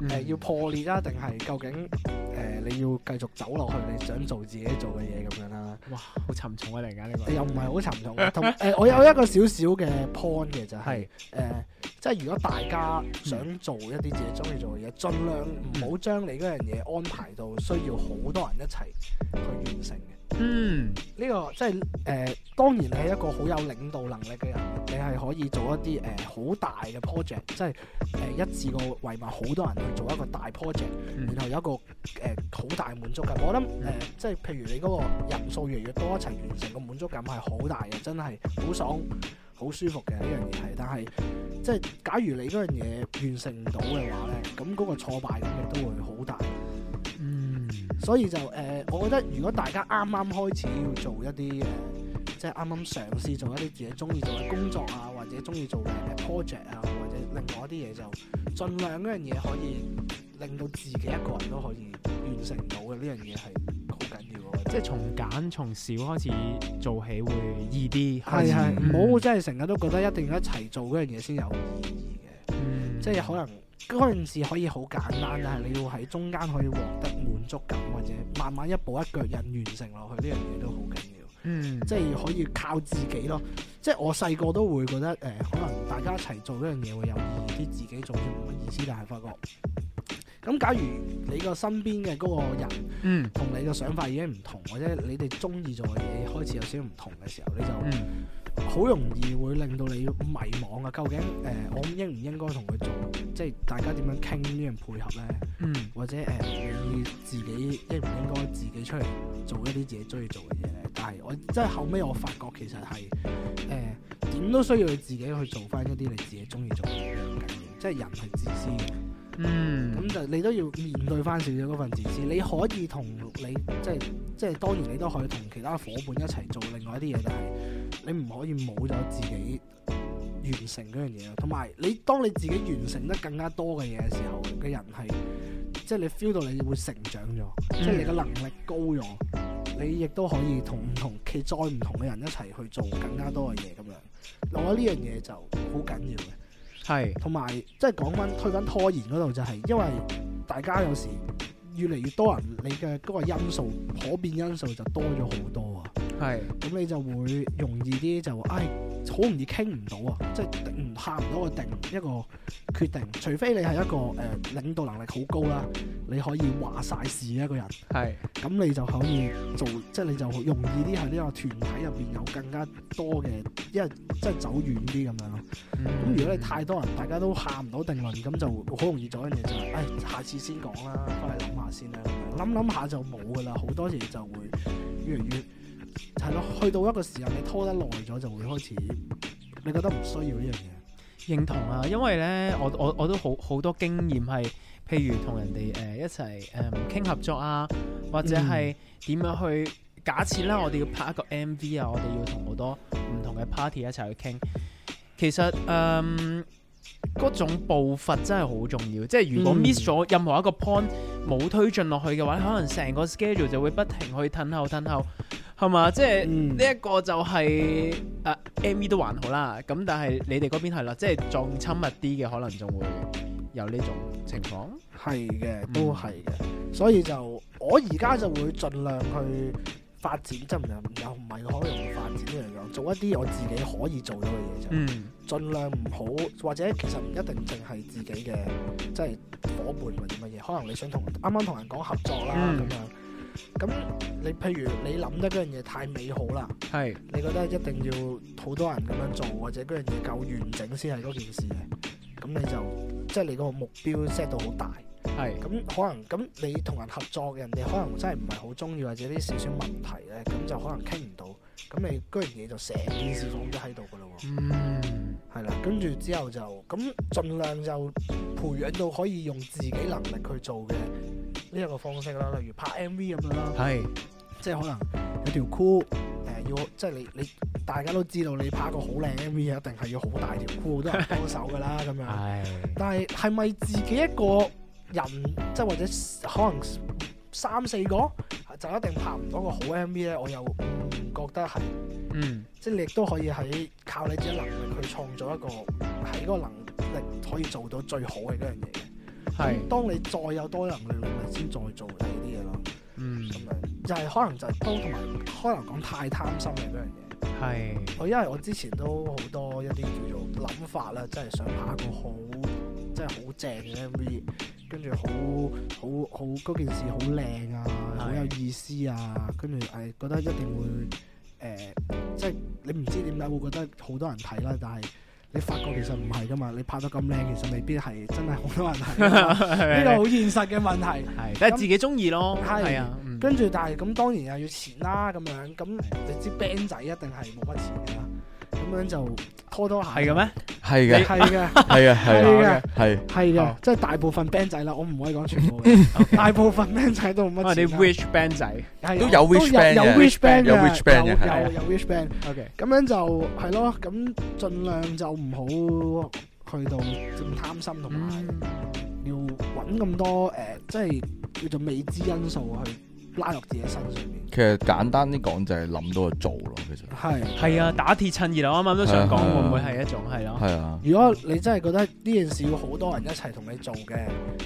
嗯
誒要破裂啊啦，定係究竟誒你要繼續走落去，你想做自己做嘅嘢咁樣啦。
哇，好沉重啊！突然間呢個
又唔係好沉重啊嘅，同誒、我有一個少少嘅 point 嘅就係、誒呃
係、
即係如果大家想做一啲自己中意做嘅嘢，盡量唔好將你嗰樣嘢安排到需要好多人一齊去完成嘅。
嗯
呢、個即係誒、當然你係一個好有領導能力嘅人，你係可以做一啲誒好大嘅 project，即係誒、呃一次過圍埋好多人去做一個大 project，
嗯
然後有一個誒好、大滿足感。我諗誒、即係譬如你嗰個人數越嚟越多一齊完成，個滿足感係好大嘅，真係好爽、好舒服嘅呢樣嘢係。但係即係假如你嗰樣嘢完成唔到嘅話咧，咁嗰個挫敗感亦都會好大。
嗯
所以就誒、呃我覺得如果大家啱啱開始要做一啲誒、呃即係啱啱嘗試做一啲自己中意做嘅工作啊，或者中意做嘅呃 project 啊，或者另外一啲嘢就盡量嗰樣嘢可以令到自己一個人都可以完成到嘅呢樣嘢係好緊要嘅。
即係從簡從小開始做起會易啲，
係係
嗯
唔好真係成日都覺得一定要一齊做嗰樣嘢先有意義嘅。
嗯
即係可能嗰陣時可以好簡單，但係你要喺中間可以獲得滿足感，或者慢慢一步一腳印完成落去呢樣嘢都好緊要。
嗯
即係可以靠自己咯。即係我細個都會覺得誒、呃可能大家一齊做嗰樣嘢會有意義啲，自己做就冇乜意思，但係發覺。咁假如你個身邊嘅嗰個人
嗯
同你嘅想法已經唔同，或者你哋中意做嘅嘢開始有少少唔同嘅時候，你就〜
嗯
好容易會令到你迷茫啊！究竟誒、呃我應唔應該同佢做？即係大家點樣傾呢樣配合咧？
嗯
或者誒、呃你自己應唔應該自己出嚟做一啲自己中意做嘅嘢咧？但係我即係後尾我發覺其實係誒點都需要你自己去做翻一啲你自己中意做嘅嘢好緊要。即係人係自私嘅，
嗯
咁就你都要面對翻少少嗰份自私。你可以同你即係即係當然你都可以同其他伙伴一齊做另外一啲嘢，但係你唔可以冇咗自己完成嗰樣嘢咯。同埋你當你自己完成得更加多嘅嘢嘅時候，嘅人係即係你 feel 到你會成長咗，即係你嘅能力高咗，你亦都可以同唔同其再唔同嘅人一齊去做更加多嘅嘢咁樣。我覺得呢樣嘢就好緊要嘅。
係
同埋即係講翻推緊拖延嗰度，就係因為大家有時越嚟越多人，你嘅嗰個因素可變因素就多咗好多啊，
係
咁你就會容易啲就唉，好容易傾唔到啊，即係定唔下唔到個定一個決定，除非你係一個誒、呃、領導能力好高啦，你可以話晒事嘅一個人，
係
咁你就可以做，即係你就容易啲喺呢個團體入邊有更加多嘅，因為即係走遠啲咁樣咯。
嗯
咁如果你太多人，大家都下唔到定論，咁就好容易做一樣嘢就係、唉，下次先講啦，翻去諗下先啦，諗諗下就冇噶啦，好多嘢就會越嚟越係咯，去到一個時候你拖得耐咗就會開始，你覺得唔需要呢樣嘢，
認同啊，因為咧，我我我都好好多經驗係，譬如同人哋誒、呃一齊誒傾合作啊，或者係點樣去假設啦，我哋要拍一個 MV 啊，我哋要同好多唔同嘅 party 一齊去傾。其實誒嗰、種步伐真係好重要，即係如果
嗯
miss 咗任何一個 point 冇推進落去嘅話，可能成個 schedule 就會不停去褪後褪後，係嘛？即係。
嗯
呢一個就係、啊 MV 都還好啦，咁但係你哋嗰邊係啦，即係仲親密啲嘅，可能仲會有呢種情況。
係嘅，都係嘅，所以就我而家就會盡量去發展，即係唔係又唔係可以用發展呢樣嘢，做一啲我自己可以做到嘅嘢啫。
嗯，
盡量唔好，或者其實唔一定淨係自己嘅，即係伙伴或者乜嘢，可能你想同啱啱同人講合作啦咁、
嗯
樣。咁你譬如你諗得嗰樣嘢太美好啦，
係
你覺得一定要好多人咁樣做，或者嗰樣嘢夠完整先係嗰件事嘅，咁你就即係你個目標 set 到好大。
係
咁可能咁你同人合作，人哋可能真係唔係好中意，或者啲少少問題咧，咁就可能傾唔到，咁你嗰樣嘢就成件事放咗喺度噶咯喎。
嗯
係啦，跟住之後就咁，盡量就培養到可以用自己能力去做嘅呢一個方式啦，例如拍 MV 咁樣啦，
係
即係可能有條箍誒、要即係你你大家都知道你拍個好靚 MV 一定係要好大條箍，好多人幫手噶啦咁樣。
係
但係係咪自己一個人，即係或者可能三四個就一定拍唔到個好 MV 咧？我又唔覺得係。
嗯
即係你亦都可以喺靠你自己能力去創造一個喺嗰個能力可以做到最好嘅嗰樣嘢嘅。
係
當你再有多能力，你咪先再做第二啲嘢咯。
嗯
咁樣就係可能就係都同埋可能講太貪心嘅嗰樣嘢。
係
我因為我之前都好多一啲叫做諗法啦，即係想拍一個好即係好正嘅 MV，跟住好好好嗰件事好靚啊，好有意思啊，跟住誒覺得一定會誒、呃即係你唔知點解會覺得好多人睇啦，但係你發覺其實唔係噶嘛，你拍得咁靚，其實未必係真係好多人睇㗎嘛，呢個好現實嘅問題。
係，但係自己中意咯，
係
係啊，嗯
跟住但係咁當然又要錢啦咁樣，咁你知 band 仔一定係冇乜錢㗎啦，咁樣就拖拖鞋。
係嘅咩？
係嘅，
係嘅，係嘅，係
係
嘅，
嘅，啊
係。
係嘅
哦，
即係大部分 band 仔啦，我唔可以講全部
[laughs]
嘅，大部分 band 仔都冇
我
乜
哋
錢啦
rich band 仔
係啊
都有 wish band
有
嘅
wish band 嘅
有 wish band 嘅係啊
有有有 wish band，
，OK，
咁樣就係咯，咁盡量就唔好去到咁貪心，同埋
嗯
要揾咁多誒，即係叫做未知因素去拉落自己身上面，
其實簡單啲講就係諗到就做咯，其實
係。
係啊，打鐵趁熱啊，我啱啱都想講
係啊係啊
會唔會係一種係咯，
係啊，
如果你真係覺得呢件事要好多人一齊同你做嘅，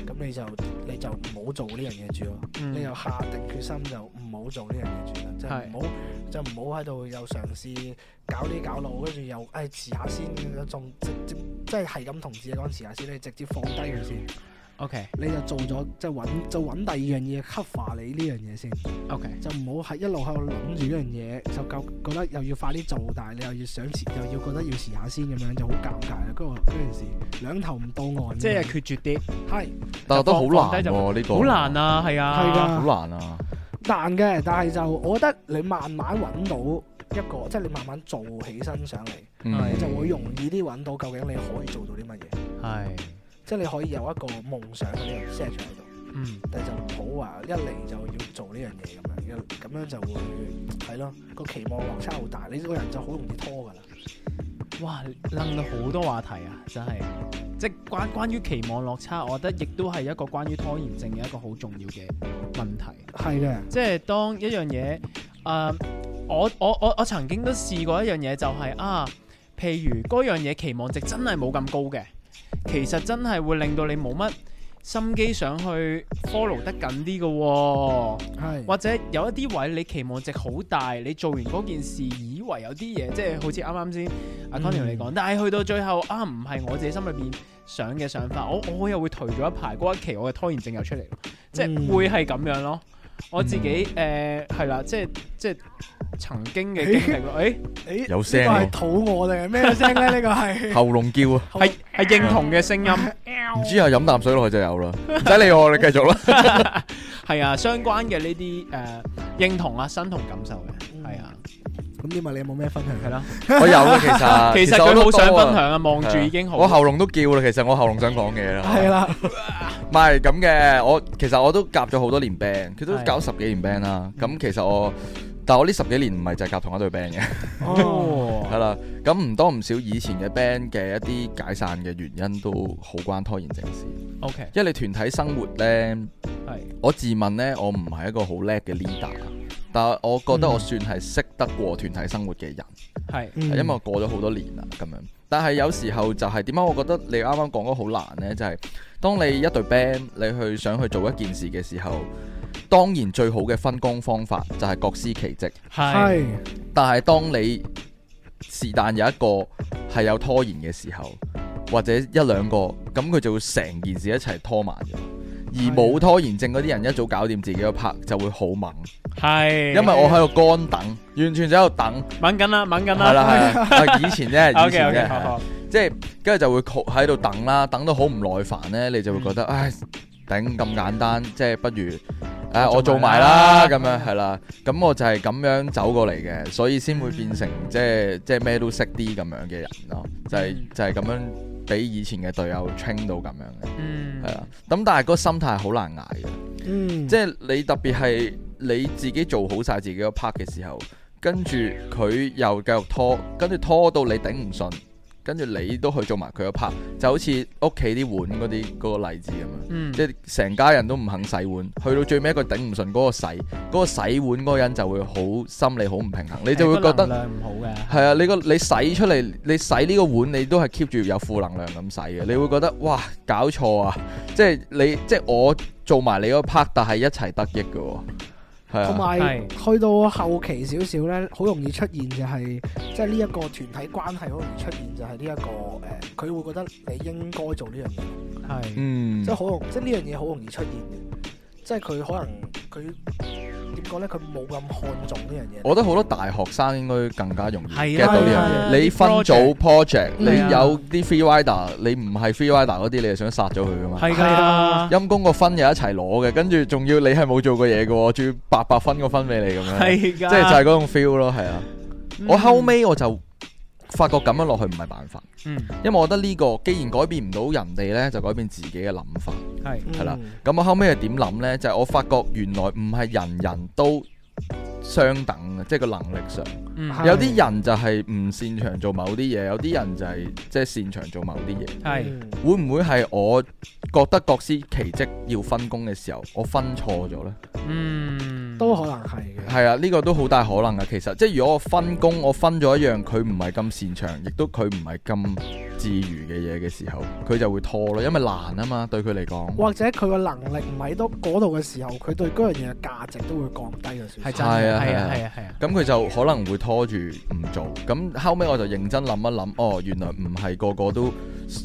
咁你就你就唔好做呢樣嘢住咯。
嗯
你又下定決心就唔好做呢樣嘢住啦，即係
係
唔好就唔好喺度又嘗試搞呢搞路，跟住又誒遲下先，仲直接即係係咁同自己講遲下先，你直接放低佢先，
，OK
你就做咗即係揾就揾第二樣嘢 cover 你呢樣嘢先，
OK，
就唔好係一路喺度諗住呢樣嘢，就夠覺得又要快啲做，但係你又要想遲，又要覺得要遲下先咁樣，就好尷尬啊啦。嗰個嗰件事兩頭唔到岸咁樣，
即係決絕啲，
係
但係都好
放低
難
就
喎呢個，
好難，啊，係啊，
係㗎
好難啊，
難嘅，但係就我覺得你慢慢揾到一個，即係你慢慢做起身上嚟，
嗯
你就會容易啲揾到究竟你可以做到啲乜嘢，
係，
即係你可以有一個夢想嘅呢個 set 喺度，
嗯
但係就唔好話一嚟就要做呢樣嘢咁樣，一咁樣就會係咯個期望落差好大，你個人就好容易拖㗎啦。
哇，楞到好多話題啊，真係，即係關關於期望落差，我覺得亦都係一個關於拖延症嘅一個好重要嘅問題。
係嘅，
即係當一樣嘢，誒、呃我我我我曾經都試過一樣嘢，就係、啊，譬如嗰樣嘢期望值真係冇咁高嘅，其實真係會令到你冇乜心機想去 follow 得緊啲嘅喎。
係
或者有一啲位你期望值好大，你做完嗰件事以為有啲嘢，即係好似啱啱先阿 Conny 你講，但係去到最後啊，唔係我自己心裏邊想嘅想法，我我又會頹咗一排，嗰一期我嘅拖延症又出嚟，即
嗯
係會係咁樣咯。我自己誒係啦，即係即係曾經嘅經歷咯，誒
咦
有聲
呢個係
喎
肚餓定係咩聲咧？呢個
[laughs]
係
喉嚨叫啊，
係係認同嘅聲音，
唔知啊，飲啖水落去就有啦，唔使理我，你繼續啦。
[laughs] 係啊，相關嘅呢啲誒認同啊、身同感受嘅，係啊，
咁點啊？你有冇咩分享？
係啦。
我有啊，其實
其實
我
佢
都
好想
多啊
分享啊，望住已經好。
我喉嚨都叫啦，其實我喉嚨想講嘢啦。
係啦，
唔係咁嘅，我其實我都夾咗好多年 band，佢都
係
搞十幾年 band 啦。咁其實我，但我呢十幾年唔係就係夾同一隊 band 嘅，
哦，
係啦。咁唔多唔少以前嘅 band 嘅一啲解散嘅原因都好關拖延症事，
O K，
因為你團體生活呢。
係
我自問呢，我唔係一個好叻嘅 leader，但係我覺得我算係識得過團體生活嘅人，
係
因
係嗯因為我過咗好多年啦咁樣。但係有時候就係點解我覺得你啱啱講嗰好難呢？就係、當你一隊 band 你去想去做一件事嘅時候，當然最好嘅分工方法就係各司其職。
係
係
但係當你是但有一個係有拖延嘅時候，或者一兩個，咁佢就會成件事一齊拖慢咗。而
啊
冇拖延症嗰啲人一早搞掂自己個拍就會好
[laughs]
猛，
係，
因為我喺度乾等，完全就喺度等，
猛緊啦，猛緊
係
啦。
啦係啦，啊以前啫，
O
以
K [laughs] O K，
前啫
好
係，
好
即係跟住就會焗喺度等啦，等到好唔耐煩呢，你就會覺得唉頂咁簡單，即係不如唉我
我
做
做
埋
埋啦
啦咁樣係啦，咁我就係咁樣走過嚟嘅，所以先會變成即係即係咩都識啲咁樣嘅人咯，就係
嗯
就係咁樣俾以前嘅隊友 train 到咁樣
嗯
嘅，係啦，咁但係個心態係好難捱嘅。
嗯，
即
係
係你特別係你自己做好晒自己個 part 嘅時候，跟住佢又繼續拖，跟住拖到你頂唔順，跟住你都去做埋佢個 part，就好似屋企啲碗嗰啲嗰個例子咁樣。
嗯
即係成家人都唔肯洗碗，去到最尾一個頂唔順嗰個洗，嗰、個洗碗嗰個人就會好心理好唔平衡，你就會覺
個
得
能量唔好嘅，
係啊，你個你洗出嚟，你洗呢個碗，你都係 keep 住有負能量咁洗嘅，你會覺得哇搞錯啊！即係你即係我做埋你嗰 part，但係一齊得益嘅喎，係
同
啊，
埋
係
去到後期少少咧，好容易出現就係即係呢一個團體關係，好容易出現就係呢一個誒，佢會覺得你應該做呢樣嘢。
係
嗯
即係，好容，即係呢樣嘢好容易出現嘅，即係佢可能佢點講咧，佢冇咁看重呢樣嘢。
我覺得好多大學生應該更加容易
係
get
啊
到
係啊
呢樣嘢。你
啲
分組 project，你
係啊
有啲 free rider，你唔係 free rider 嗰啲，你係想殺咗佢噶嘛？
係
係啊
㗎，
陰公個分又一齊攞嘅，跟住仲要你係冇做過嘢嘅喎，仲要白白分個分俾你咁樣，
係啊㗎，嗯
即係就係嗰種 feel 咯，係啊。我後尾我就發覺咁樣落去唔係辦法，
嗯
因為我覺得呢、個既然改變唔到人哋呢，就改變自己嘅諗法。
係
嗯
係啦，咁我後尾係點諗呢？就係、我發覺原來唔係人人都相等嘅，即係個能力上，
嗯
係
有啲人就係唔擅長做某啲嘢，有啲人就係即係擅長做某啲嘢。
係
嗯
會唔會係我覺得各司其職要分工嘅時候，我分錯咗呢？
嗯
都可能係嘅。
係啊，呢、個都好大可能啊。其實即係如果我分工，我分咗一樣佢唔係咁擅長，亦都佢唔係咁自如嘅嘢嘅時候，佢就會拖咯，因為難啊嘛，對佢嚟講。
或者佢個能力唔喺到嗰度嘅時候，佢對嗰樣嘢嘅價值都會降低咗少
係
少。
真嘅
係啊
係
係啊
啊係啊係啊，
咁佢就可能會拖住唔做。咁後尾我就認真諗一諗，哦，原來唔係個個都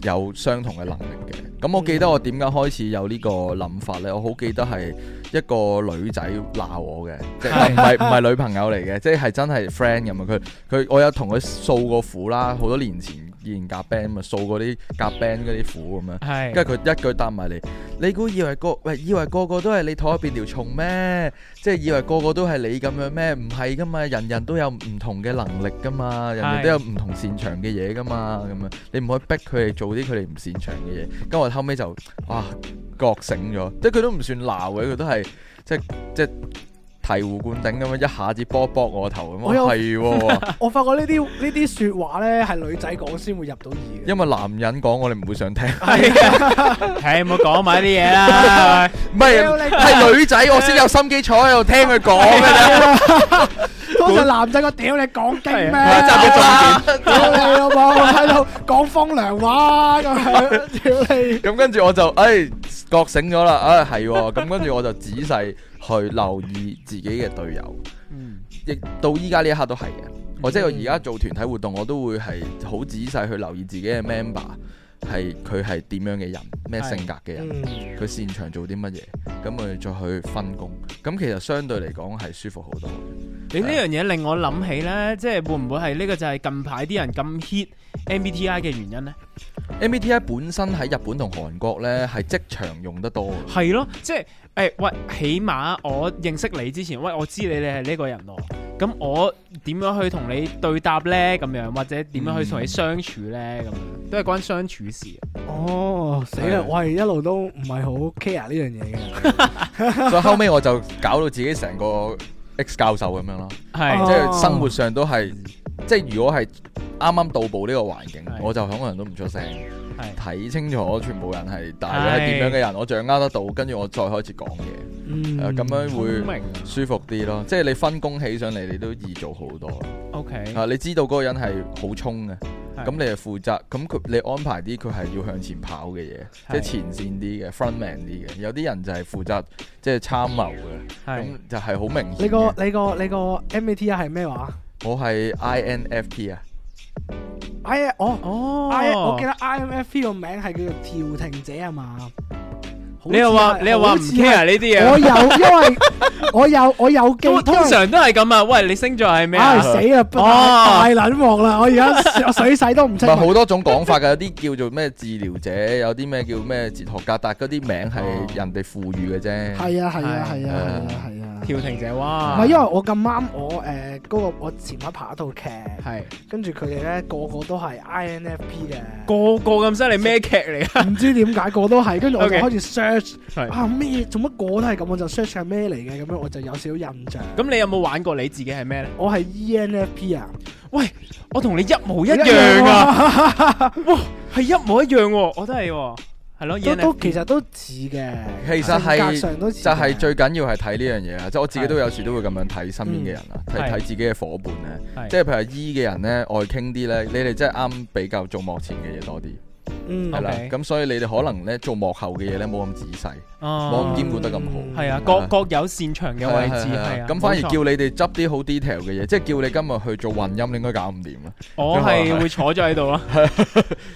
有相同嘅能力嘅。咁我記得我點解開始有呢個諗法呢？我好記得係一個女仔鬧我嘅，即係
係
唔係唔係女朋友嚟嘅，即係真係 friend 咁啊。佢佢我有同佢啊訴過苦啦，好多年前以前夾 band 咪訴過啲夾 band 嗰啲苦咁啊樣。
係
跟住佢一句答埋你，你估以為個喂以為個個都係你肚入邊條蟲咩？即係以為個個都係你咁樣咩？唔係噶嘛，人人都有唔同嘅能力噶嘛，人哋
係
都有唔同擅長嘅嘢噶嘛，咁樣你唔可以逼佢哋做啲佢哋唔擅長嘅嘢。跟住我後尾就哇覺醒咗，即係佢都唔算鬧嘅，佢都係即係即係醍醐灌頂咁樣一下子波一波我個頭
我
咁
有
啊，係
[laughs]
喎，
我發覺呢啲呢啲説話咧係女仔講先會入到耳嘅。
因為男人講我哋唔會
[laughs]
想聽，
[laughs] 係冇講埋啲嘢啦，
唔係係女仔我先有心機坐喺度聽佢講嘅啫。
嗰隻
管
男仔，我屌你講經咩？
係
啊集嘅重點。
屌你老母，喺度講風涼話咁樣，屌你！
咁跟住我就诶、哎覺醒咗啦，啊係喎，咁跟住我就仔細去留意自己嘅隊友，
Ừ.
亦到依家呢一刻都係嘅。我即係我而家做團體活動，我都會係好仔細去留意自己嘅 member 係佢係點樣嘅人，咩
係
性格嘅人，
嗯
佢擅長做啲乜嘢，咁我哋再去分工。咁其實相對嚟講係舒服好多。
你呢樣嘢令我諗起咧，即係會唔會係呢個就係近排啲人咁 hit MBTI 嘅原因咧？
MBTI 本身喺日本同韓國呢，係職場用得多嘅。
係咯，即係诶、喂，起碼我認識你之前，喂，我知你你係呢個人喎，咁我點樣去同你對答咧？咁樣或者點樣去同你相處咧？咁樣都係關相處事。
哦，死啦！
係啊
我係一路都唔係好 care 呢樣嘢嘅。
所以後尾我就搞到自己成個 X 教授咁樣咯，
哦
即係生活上都係，即係如果係啱啱到步呢個環境
係，
我就可能都唔出聲，
係
睇清楚全部人係大概係點樣嘅人，我掌握得到，跟住我再開始講嘢，
嗯
誒呃咁樣
聰
會
明啊
舒服啲咯。即係你分工起上嚟，你都易做好多。
，OK，
啊，你知道嗰個人係好衝嘅，
係
咁你係負責，咁佢你安排啲佢係要向前跑嘅嘢，即係
係
前線啲嘅 frontman 啲嘅，有啲人就係負責即係參謀嘅。
係
咁就係好明
你
顯
個
嘅。
你個你個 MBTI 係咩話
我係 INFP 啊，
？I 哦
哦
I 我記得 IMFP 個名係叫做調停者啊嘛。好似
你又話
係
你又話
好
唔
似係
care 呢啲嘢
我。有，因為
[laughs]
我有我有記，
都通
因為
常都係咁啊！喂，你星座係咩
唉
啊？
死啦，大撚鑊啦！我而家我水洗都唔
唔 [laughs]
清
係。好多種講法㗎，有啲叫做咩治療者，有啲咩叫咩哲學家，但係嗰啲名
哦
係人哋賦予嘅啫。
係啊係啊
係
係啊係啊係啊！
調停者哇！
唔係因為我咁啱我誒嗰個我前排拍一套劇，
係
跟住佢哋咧個個都係 INFP 嘅，
個個咁犀利咩劇嚟啊？
唔知點解個個都係，跟住我
[laughs]
就
OK
開始 search
係
啊咩做乜個都係咁，我就 search 係咩嚟嘅，咁樣我就有少少印象。
咁你有冇玩過你自己係咩咧？
我係 ENFP 啊，
喂，我同你一模一樣啊！哇，係一模一樣喎，我都係喎，係咯，
[laughs] 都都
ENFP
其實都似嘅，
其實係
性格上都似嘅
就係最緊要係睇呢樣嘢啊！即係我自己都有時都會咁樣睇身邊嘅人啊，睇
係
睇自己嘅伙伴咧
嗯係。
即係譬如 E 嘅人咧，愛傾啲咧，你哋真係啱比較做幕前嘅嘢多啲，
嗯
係啦
OK。
咁所以你哋可能咧做幕後嘅嘢咧冇咁仔細，冇
哦
咁兼顧得咁好。
嗯
係啊，
係
各
啊
各有擅長嘅位置
係啊係啊
係啊。
咁反而
冇錯
叫你哋執啲好 detail 嘅嘢，即係叫你今日去做混音，你應該搞唔掂啊啦。
我係會坐咗喺
[laughs]
度咯，啊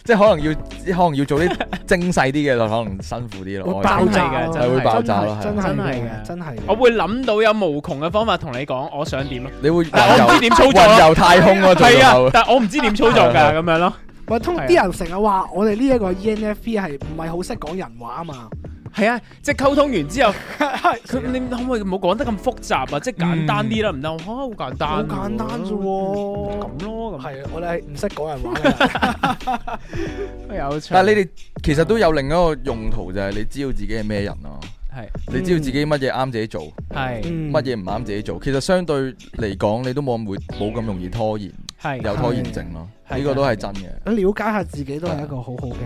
即係可能要，可能要做啲精細啲嘅，就可能辛苦啲咯。
會
我
爆炸
係
咯
嘅
係會爆炸咯，
真
係啊
係
真係
嘅，
嘅
真係嘅。
我會諗到有無窮嘅方法同你講我想點咯。
你會
但
雲
係我唔知
遊
點操作咯
雲遊太空咯，做啊
係
到後
啊，但我唔知點操作㗎咁樣咯。
喂，通
係啊
啲人成日話我哋呢一個 E ENFP 係唔係好識講人話啊嘛？
係啊，即係溝通完之後，佢你可唔可以唔好講得咁複雜啊？即係簡單啲啦，唔得我嚇好簡單，
嗯好簡單啫喎
咁咯
係
咁。
啊，我哋係唔識講人話嘅。啊
有趣。
但係你哋其實都有另一個用途，就係你知道自己係咩人咯，
係
你知道自己乜嘢啱自己做，
係
[laughs] 嗯
乜？嘢唔啱自己做。其實相對嚟講，你都冇咁會冇咁容易拖延，
係
有拖延症咯。
係
呢個都係真嘅。
了解下自己都係一個好好嘅，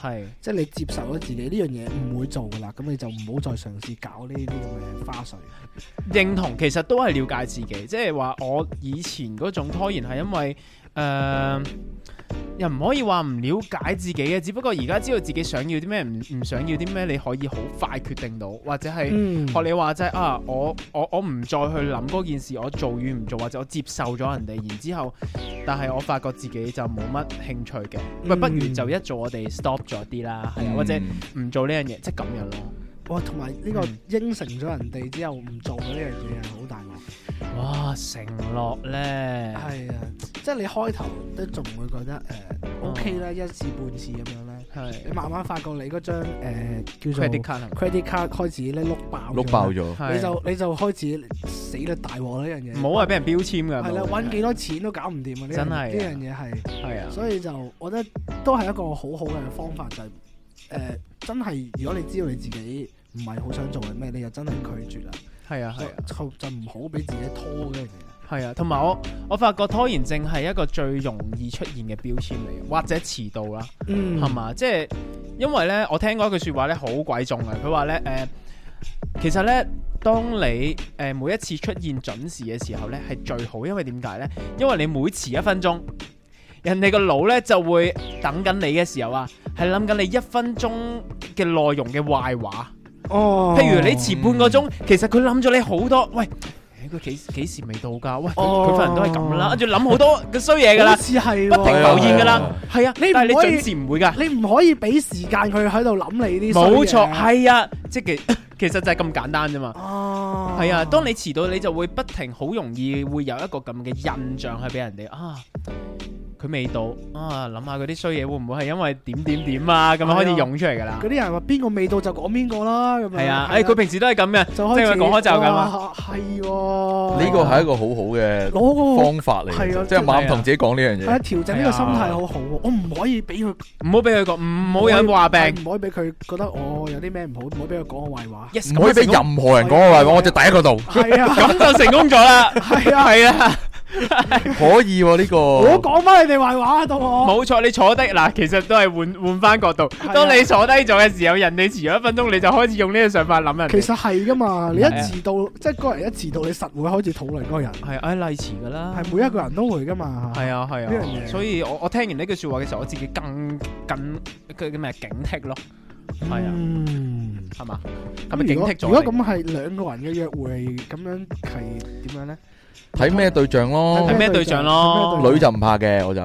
係
即係你接受咗自己呢樣嘢唔會做噶啦，咁你就唔好再嘗試搞呢啲咁嘅花絮。
認同，其實都係了解自己，即係話我以前嗰種拖延係因為誒、呃又唔可以話唔了解自己嘅，只不過而家知道自己想要啲咩，唔唔想要啲咩，你可以好快決定到，或者係。
嗯
學你話齋啊，我我我唔再去諗嗰件事，我做與唔做，或者我接受咗人哋，然之後，但係我發覺自己就冇乜興趣嘅，喂、
嗯
不如就一做我哋 stop 咗啲啦，係啊，
嗯
或者唔做呢樣嘢，即係咁樣咯。
哇，同埋呢個
嗯
應承咗人哋之後唔做嘅呢樣嘢係好大鑊。
哇，承諾咧，
係啊，即係你開頭都仲會覺得誒 OK
哦
啦，一次半次咁樣咧，你
係
慢慢發覺你嗰張誒叫做
credit card 係
credit card 開始咧碌爆，
碌爆。咗，
咪
你就你就開始死啦大鑊啦呢樣嘢，
唔好話俾人標籤㗎，
係啦，
冇
揾幾多錢都搞唔掂啊！呢樣
真係啊
呢樣嘢
係啊
係，，所以就我覺得都係一個好好嘅方法，就係、呃真係如果你知道你自己唔係好想做嘅咩，你就真係拒絕啦，
係啊，係啊。
就就唔好俾自己拖嗰樣嘢。
係啊，同埋我我發覺拖延症係一個最容易出現嘅標籤嚟，或者遲到啦。
嗯
係？嘛？即係因為咧，我聽過一句説話咧，好鬼重啊！佢話咧，誒、其實呢，當你诶、呃每一次出現準時嘅時候呢，係最好，因為點解呢？因為你每遲一分鐘，人哋個腦呢就會等緊你嘅時候啊，係諗緊你一分鐘嘅內容嘅壞話。
哦
譬如你遲半個鐘，其實佢諗咗你好多，喂。佢幾幾時未到㗎？喂，佢
哦
佢份人都係咁啦，跟住諗好多嘅衰嘢㗎啦
好，似係
不停
喎
浮現㗎啦，係啊，
你唔
但係你
可以
準時唔會㗎。
你唔可以俾時間佢喺度諗你啲衰嘢
冇錯，係啊，即係其 [coughs] 其實就係咁簡單啫嘛。
哦，
係啊，當你遲到，你就會不停好容易會有一個咁嘅印象去俾人哋啊。佢未到啊，諗下嗰啲衰嘢會唔會係因為點點點啊咁樣
係啊
開始湧出嚟㗎啦
嗰？啲人話邊個未到就講邊個啦，咁樣
係啊，誒佢平時都係咁嘅，
就開
即係
始
講開就咁啊
哇係喎，
呢個係一個好好嘅
攞個
方法嚟
哦係啊
嘅，即係猛同自己講呢樣
係啊
嘢。
調整呢個心態好好喎，我唔可以俾佢
唔好俾佢講，唔好有人話病。
唔可以俾佢覺得我有啲咩唔好，唔好俾佢講我壞話。
[laughs] yes，
唔可以俾
咁就成
任何人講我壞話，我就第一個到。
係啊，
功咁就成功咗啦。
[laughs] 係啊，
係啊，
可以喎呢個。
哦
我講翻你哋壞話啊到我。
冇錯，你坐低嗱，其實都係換換翻角度。
啊
當你坐低咗嘅時候，人哋遲咗一分鐘，你就開始用呢個想法諗人哋。
其實係噶嘛，你一
係啊
遲到，即係嗰個人一遲到，你實會開始討論嗰個人，
係唉，例遲噶啦，
係每一個人都會噶嘛。
係啊係
呢樣
啊，
嘢
所以我我聽完呢句説話嘅時候，我自己更更佢叫咩警惕咯，係啊，
嗯
係嘛？係咪
咁
警
如果
惕咗？
如果咁係兩個人嘅約會，咁樣係點樣咧？
睇咩對象咯
睇，咩對象咯
睇咩對
女就唔怕嘅，
[laughs]
我就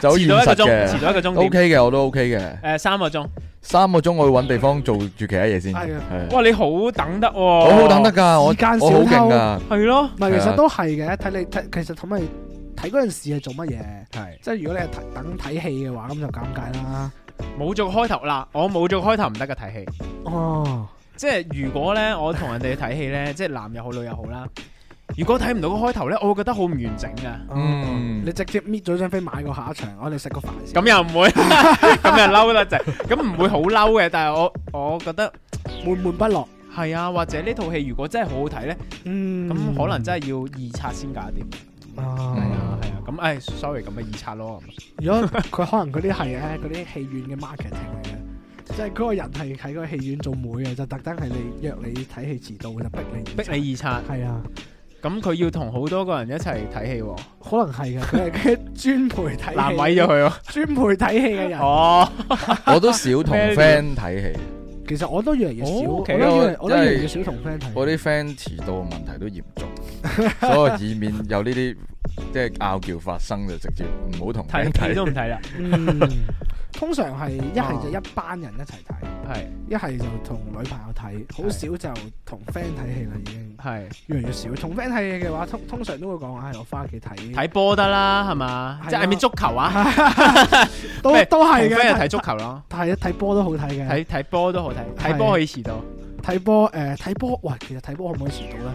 就好
遲
現
到一個
實
鐘，遲
嘅。
到一個鐘
O
點？
K 嘅，我都 O K 嘅。
誒三個鐘，
三個鐘我會揾地方做住其他嘢先。
係啊
係
哇！你好等得喎，我
我好等得，㗎，我
時間小偷
我好勁㗎。
係咯，
唔係，其
係
實
啊
都係嘅，睇你睇，其實睇咪睇嗰陣時係做乜嘢？
係
即係如果你係睇等睇戲嘅話，咁就尷尬啦。
冇做開頭嗱，我冇做開頭唔得嘅睇戲。
哦，
即係如果咧，我同人哋睇戲咧，即係男又好，女又好啦。如果睇唔到個開頭咧，我會覺得好唔完整
[laughs]
啊。
嗯
你直接搣咗張飛買個下一場，我哋食個飯先。
咁又唔會，咁又嬲得滯，咁唔會好嬲嘅。但係我我覺得
悶悶不樂，
係啊，或者呢套戲如果真係好好睇咧，
嗯，
咁可能真係要二刷先搞掂。
啊
係啊係啊，咁唉，sorry，咁咪二刷咯。咁
如果佢可能嗰啲係咧，嗰啲戲院嘅 marketing 嚟嘅，即係嗰個人係喺嗰個戲院做妹嘅，就特登係你約你睇戲遲到嘅，就逼你
逼你二刷，
係啊，
咁佢要同好多個人一齊睇戲喎，
可能係嘅，佢係佢專陪
[laughs]
睇戲
難為咗佢喎。
專陪睇戲嘅人。
哦，
我都少同
咩料
friend 睇戲，
其實我都越嚟越少，
哦
我
，OK
都越嚟我都越嚟
即
越
係
少同 friend 睇。
我啲 friend 遲到嘅問題都嚴重，
[laughs]
所以以免有呢啲即係拗撬發生，就直接唔好同 friend
睇戲都唔
睇。
睇啦，
嗯，通常係一係就一班人一齊睇，
係
一係就同女朋友睇，好少就同 friend 睇戲啦，已經
係。
越嚟越少。同 friend 睇戲嘅話，通通常都會講，唉，我翻屋企睇，
睇波得啦，係嘛
係？啊
即係啊咪足球啊？
都
咩
都係
同 friend
嘅。
睇足球咯，
係啊，睇波都好睇嘅，睇
睇睇波都好睇，
係
睇波可以遲到。
睇波誒睇波，喂，其實睇波可唔可以遲到咧？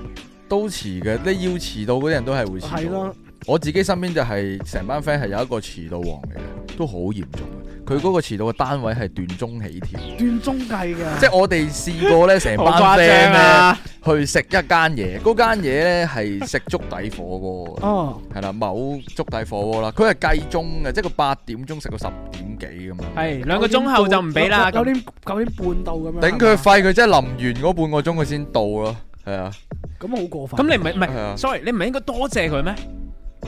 都遲嘅，你要遲到嗰啲人都係會遲
係
到。
咯，
我自己身邊就係成班 friend 係有一個遲到王嚟嘅，都好嚴重嘅。佢嗰個遲到嘅單位係段鐘起
[laughs]
跳，
段中計嘅，
即係我哋試過咧，成
好
班
誇
friend
張
咧
啊！
去食一間嘢，嗰間嘢咧係食粥底火鍋，
哦，
係啦，某粥底火鍋啦，佢係計鐘嘅，即係佢八點鐘食到十點幾咁樣。
係啊兩個鐘後就唔俾啦。
九
咁
點九點半到咁樣。
頂
係
佢
嘛
肺，佢真係臨完嗰半個鐘佢先到咯，係啊，
咁好過分。
咁你唔係唔
係啊
係？sorry，你唔係應該多謝佢咩？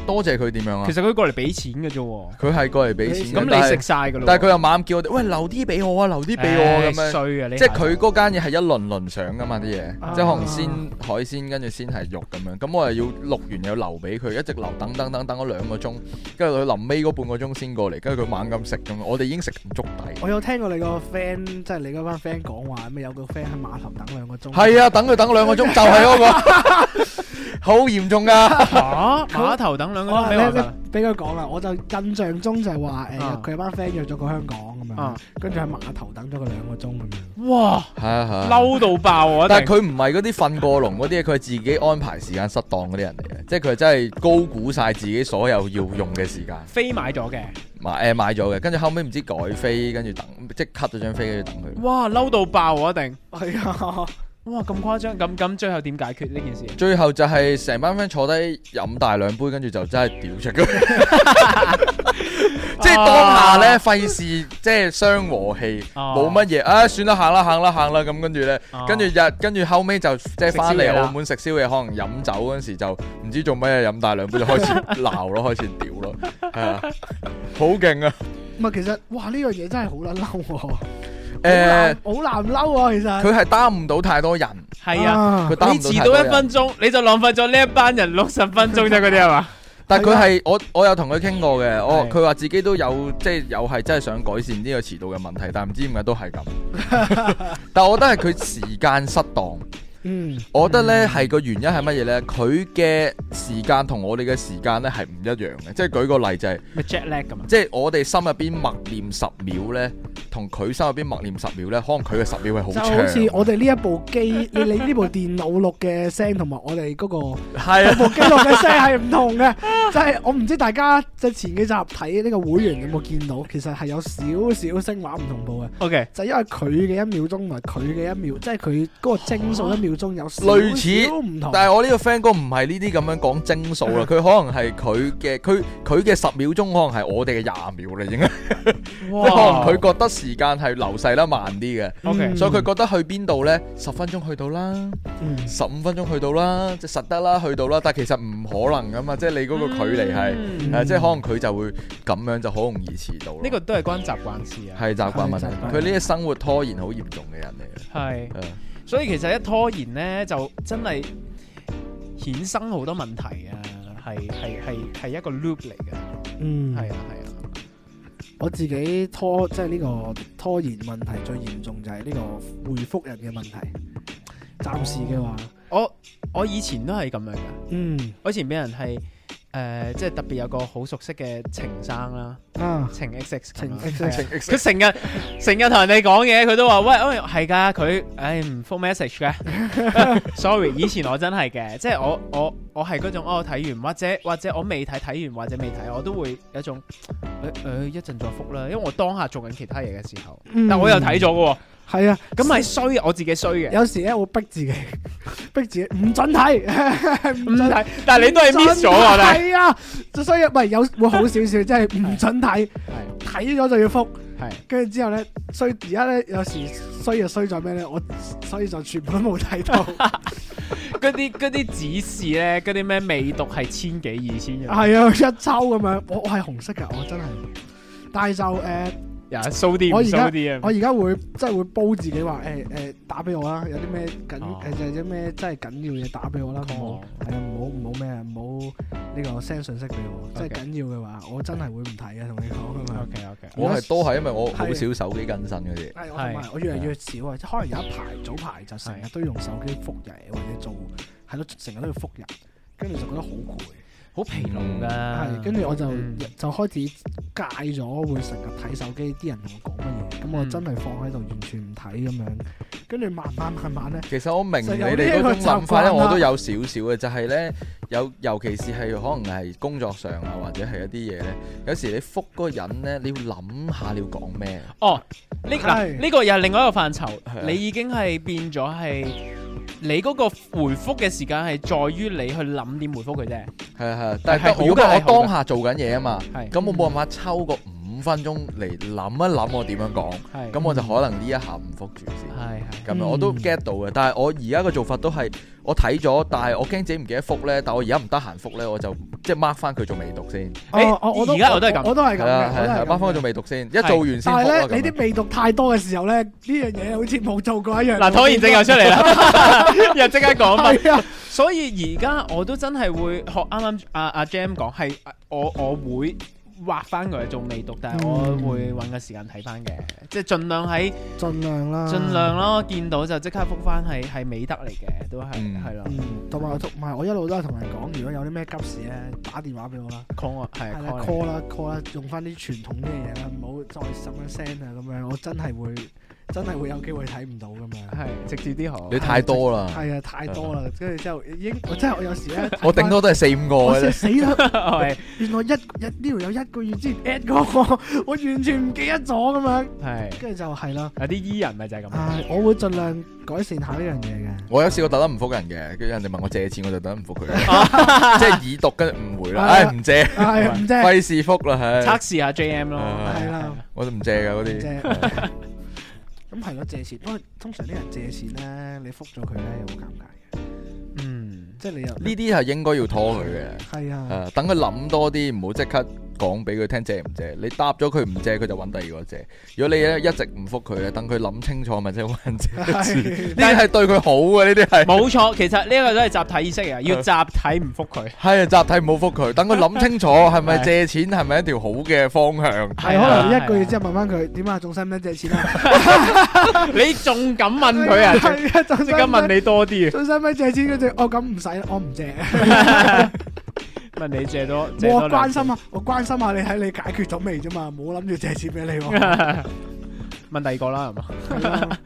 多謝佢點樣啊
其？實佢過嚟俾錢嘅啫喎。
佢係過嚟俾錢
咁
嘅，
你
但
食
係
晒㗎咯喎。
但係佢又猛叫我哋，喂留啲俾我啊，留啲俾我咁
唉
樣。
衰啊！你
即係佢嗰間嘢係一輪輪上噶嘛啲嘢，
啊
即係可能先海鮮，跟住先係肉咁樣。咁我又要錄完又留俾佢，一直留等等等等咗兩個鐘，跟住佢臨尾嗰半個鐘先過嚟，跟住佢猛咁食咁。我哋已經食唔足底。
我有聽過你個 friend，即係你嗰班 friend 講話，咩有個 friend 喺碼頭等兩個鐘。
係啊，等佢等兩個鐘就係啊嗰個， [laughs] 好嚴重啊 [laughs] 㗎。
[laughs] 嚇碼頭等兩個
我
鐘俾我
咧
啊
㗎。
哦俾佢講啦，我就印象中就係話誒，
啊
佢有班 friend 約咗個香港咁樣
啊，
跟住喺碼頭等咗佢兩個鐘咁樣。
哇！
係啊係啊。
嬲到爆啊！但
但係佢唔係嗰啲瞓過籠嗰啲，佢係自己安排時間失當嗰啲人嚟嘅，即係佢真係高估晒自己所有要用嘅時間。
飛買咗嘅，
買誒、買咗嘅，跟住後尾唔知改飛，跟住等即係 cut 咗張飛，跟住等佢。
哇！嬲到爆啊！一定
係啊，
哇咁誇張，咁咁最後點解決呢件事？
最後就係
[laughs]
成班 friend 坐低飲大兩杯，跟住就真係屌出咁，即係當下咧，費事即係傷和氣，
哦
冇乜嘢啊，算啦，行啦，行啦，行啦，咁跟住咧
哦，
啊跟住日，跟住後尾就即係
食宵
翻
夜
嚟
啦
澳門食宵夜，可能飲酒嗰陣時就唔知做咩飲大兩杯就開始鬧咯，開始屌咯，
[laughs]
係啊，好勁啊！
[laughs] 唔係其實哇呢樣嘢真係好撚嬲喎，
誒，
好難好難嬲啊其實。
佢係擔唔到太多人，
系啊。
佢
你
擔唔到
遲
太
到
多
一
人，
分鐘，你就浪費咗呢一班人六十分鐘
[laughs]
啫，嗰啲係嘛？
但佢
啊
係我我有同佢傾過嘅，我
係
佢話自己都有即係有係真係想改善呢個遲到嘅問題，但唔知點解都係咁。
[laughs]
但我覺得係佢時間失當。
嗯，
我覺得呢係個原因係乜嘢呢？佢嘅時間同我哋嘅時間呢係唔一樣嘅，即係舉個例就係、
咪 jet lag 噶嘛？
即係我哋心入邊默念十秒呢，同佢心入邊默念十秒呢，可能佢嘅十秒係好
就
長。啊
好似我哋呢一部機， [laughs] 你你呢部電腦錄嘅聲同埋我哋嗰個
係啊，
部機錄嘅聲係唔同嘅， [laughs] 就係我唔知大家即係前幾集睇呢個會員有冇見到，其實係有少少聲畫唔同步嘅。
OK，
就因為佢嘅一秒鐘同埋佢嘅一秒，即係佢嗰個精數一秒鐘有少
類似
少唔同。
但係我呢個 friend 哥唔係呢啲咁樣講精數啊啦，佢可能係佢嘅佢佢嘅十秒鐘，可能係我哋嘅廿秒啦，已經。即係可能佢覺得時間係流逝得慢啲嘅，
OK，
所以佢覺得去邊度呢？十分鐘去到啦。
嗯
十五分鐘去到啦，即係實得啦，去到啦，但係其實唔可能噶嘛，即係你嗰個距離係，誒、
嗯
即係可能佢就會咁樣就好容易遲到咯。
呢個都係關習慣事啊。
係習慣問題
係習慣，
佢呢啲生活拖延好嚴重嘅人嚟
係，
嘅。
所以其實一拖延咧，就真係衍生好多問題啊！係係係係一個 loop 嚟嘅，
嗯，
係啊係啊，
我自己拖即係呢個拖延問題最嚴重就係呢個回覆人嘅問題。暫時嘅話，
我我以前都係咁樣噶，
嗯
我以前俾人係誒，即係特別有個好熟悉嘅程生啦，
啊，
程 X X
情
情
佢成日成日同人哋講嘢，佢都話喂，喂係㗎，佢唉唔覆 message 嘅 [laughs] ，sorry，以前我真係嘅，即係我我我係嗰種，哦睇完或者或者我未睇，睇完或者未睇，我都會有一種誒誒一陣再覆啦，因為我當下做緊其他嘢嘅時候，
嗯
但我又睇咗嘅喎，
係啊，
咁係衰，我自己衰嘅，
有時咧我逼自己， [laughs] 逼自己唔准睇，唔
唔
准
睇， [laughs] 但係你都係 miss 咗我哋，
係啊，所以唔係有會好少少，即係唔准睇，
係
睇咗就要覆。
係
跟住之後咧，衰而家咧有時衰就衰在咩咧？我所以就全部都冇睇
[laughs]
到，
嗰啲嗰啲指示咧，嗰啲咩未讀係千幾二千嘅，
係啊，一抽咁樣，我我係紅色㗎，我真係。但係就誒、呃
呀騷啲
我
唔
而家
騷啲
我
啊，
而家會即係會煲自己話誒誒打俾我啦，有啲咩緊
哦
誒有啲咩真係緊要嘢打俾我啦，唔好係啊，唔好唔好咩啊，唔好呢個 send 信息俾我，即係
OK
緊要嘅話，我真係會唔睇啊嘅，同你講咁樣。
OK OK，
我係多係因為我
係
好少手機更新嗰
係，
啲，
哎我同埋
係
我越嚟越少啊！即係可能有一排早排就成日都用手機覆人，或者做係咯，成日都要覆人，跟住就覺得好攰。
好疲勞㗎，
係，跟住我就
嗯
就開始戒咗，會成日睇手機，啲人同我講乜嘢，咁我
嗯
真係放喺度完全唔睇咁樣。跟住慢慢慢慢咧，
其實我明你
就有
哋
呢一
嗰種
個習慣啦
諗法咧，我都有少少嘅，就係呢，有尤其是係可能係工作上啊，或者係一啲嘢呢。有時你覆嗰個人呢，你要諗下你要講咩。
哦，呢嗱
係
呢個又係另外一個範疇
係啊，
你已經係變咗係你嗰個回覆嘅時間係在於你去諗點回覆佢啫，
係啊係啊，但
係好
係
嘅
如果
係
我
好嘅
當下做緊嘢啊嘛，
係
咁我冇辦法抽個五分鐘嚟諗一諗我點樣講，
係
咁我就可能呢一下唔覆住先。
係係
咁樣我都
嗯
get 到嘅，但係我而家嘅做法都係我睇咗，但係我驚自己唔記得覆呢。但我而家唔得閒覆呢，我就即係 mark 翻佢仲未讀
誒
先，
哦我
而家我都係咁
我都係咁
係
嘅
啊，
我
係
都
啊
係咁
mark 翻佢
嘅
仲未讀先，一做完先
但
覆
啊
啦
係咧，
咁
你
樣
啲味道太多嘅時候咧，呢樣嘢好似冇做過一樣。
嗱，拖延症又出嚟啦，又即刻講翻。
係啊，
所以而家我都真係會學啱啱阿阿 Jam 講，係我我會畫翻佢做未讀，但係我
嗯
會揾個時間睇翻嘅，即係盡量喺
盡量啦，
盡量咯，見到就即刻覆翻係係美德嚟嘅，都係
嗯
係咯，
嗯，同埋同埋我一路都係同人講，如果有啲咩急事咧，打電話俾我啦，
call 我係
係啦
call 你
call 啦 call 啦，用翻啲傳統嘅嘢啦，唔好再咁樣 send 啊咁樣，我真係會真係會有機會睇唔到咁樣。
系直接啲好 [laughs]
你。太多啦，
係啊，太多啦，跟住之後已經，我真係我有時咧，
我頂多都係四五
我
個嘅啫。
死啦！
係
原來一一呢條有一個月之前 at 過我， [laughs] 我完全唔記得咗咁樣，
系
跟住就係啦。
有啲伊人咪就係咁
啊，我會盡量改善下呢樣嘢嘅。
我有試過特登唔覆人嘅，跟住人哋問我借錢，我就特登唔覆
[laughs]
佢，即係已讀跟住唔回啦，
啊
唉唔借，
係唔啫，
費事覆啦，
測
唉，
試下 JM 咯，
啊
係啦，
我都唔借噶嗰
唔
啲，
啫。 [laughs] 咁係咯，借錢，不過通常啲人借錢咧，你覆咗佢咧又好尷尬嘅，
嗯，
即係你又
呢啲係應該要拖佢嘅，
係啊，
誒等佢諗多啲，唔好即刻講俾佢聽借唔借。你答咗佢唔借，佢就揾第二個借。如果你一直唔覆佢咧，等佢諗清楚咪即係揾人借一
係
次。呢啲係對佢好嘅，呢啲係。
冇錯，其實呢個都係集體意識啊，要集體唔覆佢。 [laughs]
系啊集體冇覆佢，等佢諗清楚係咪借錢係咪一條好嘅方向？
係可能一個月之後問翻佢點啊，仲使唔使借錢啊？
你仲敢問佢 [laughs] 啊？仲
係啊，仲
即刻問你多 [laughs] 啲，
仲使唔使借錢？跟住我咁唔使啦，我唔借。
問你借多借多
我
兩
關
次
心啊，我關心下你睇你解決咗未啫嘛，冇諗住借錢俾你喎。
問第二個啦，係嘛？
係咯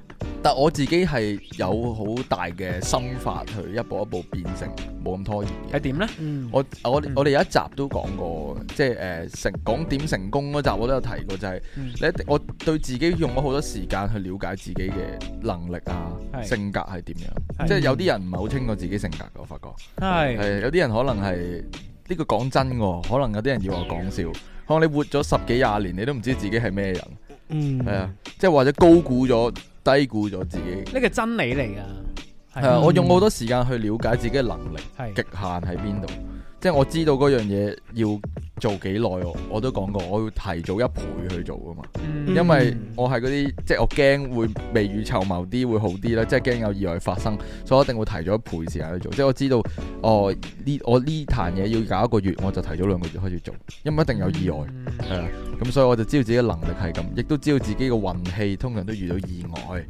但我自己係有好大嘅心法去一步一步變成冇咁拖延
係
嘅。
點咧？
嗯，
我我
嗯
我哋有一集都講過，即係诶成講點成功嗰集，我都有提過，就係
嗯
你一定我對自己用咗好多時間去了解自己嘅能力啊、
係
性格係點
係
樣。即係有啲人唔係好清楚自己性格嘅，我發覺。
係
係有啲人可能係呢、個講真喎，可能有啲人以為我講笑，可能你活咗十幾廿年，你都唔知自己係咩人，
嗯，
係啊，即係或者高估咗、低估咗自己。
呢個真理嚟㗎。
係啊，我用好多時間去了解自己嘅能力
係
極限喺邊度，即係我知道嗰樣嘢要做幾耐，我我都講過，我要提早一倍去做噶嘛，
嗯
因為我係嗰啲即係我驚會未雨綢繆啲會好啲啦，即係驚有意外發生，所以我一定會提早一倍時間去做，即係我知道哦呢我呢壇嘢要搞一個月，我就提早兩個月開始做，因為一定有意外。係啊，咁所以我就知道自己嘅能力係咁，亦都知道自己嘅運氣通常都遇到意外，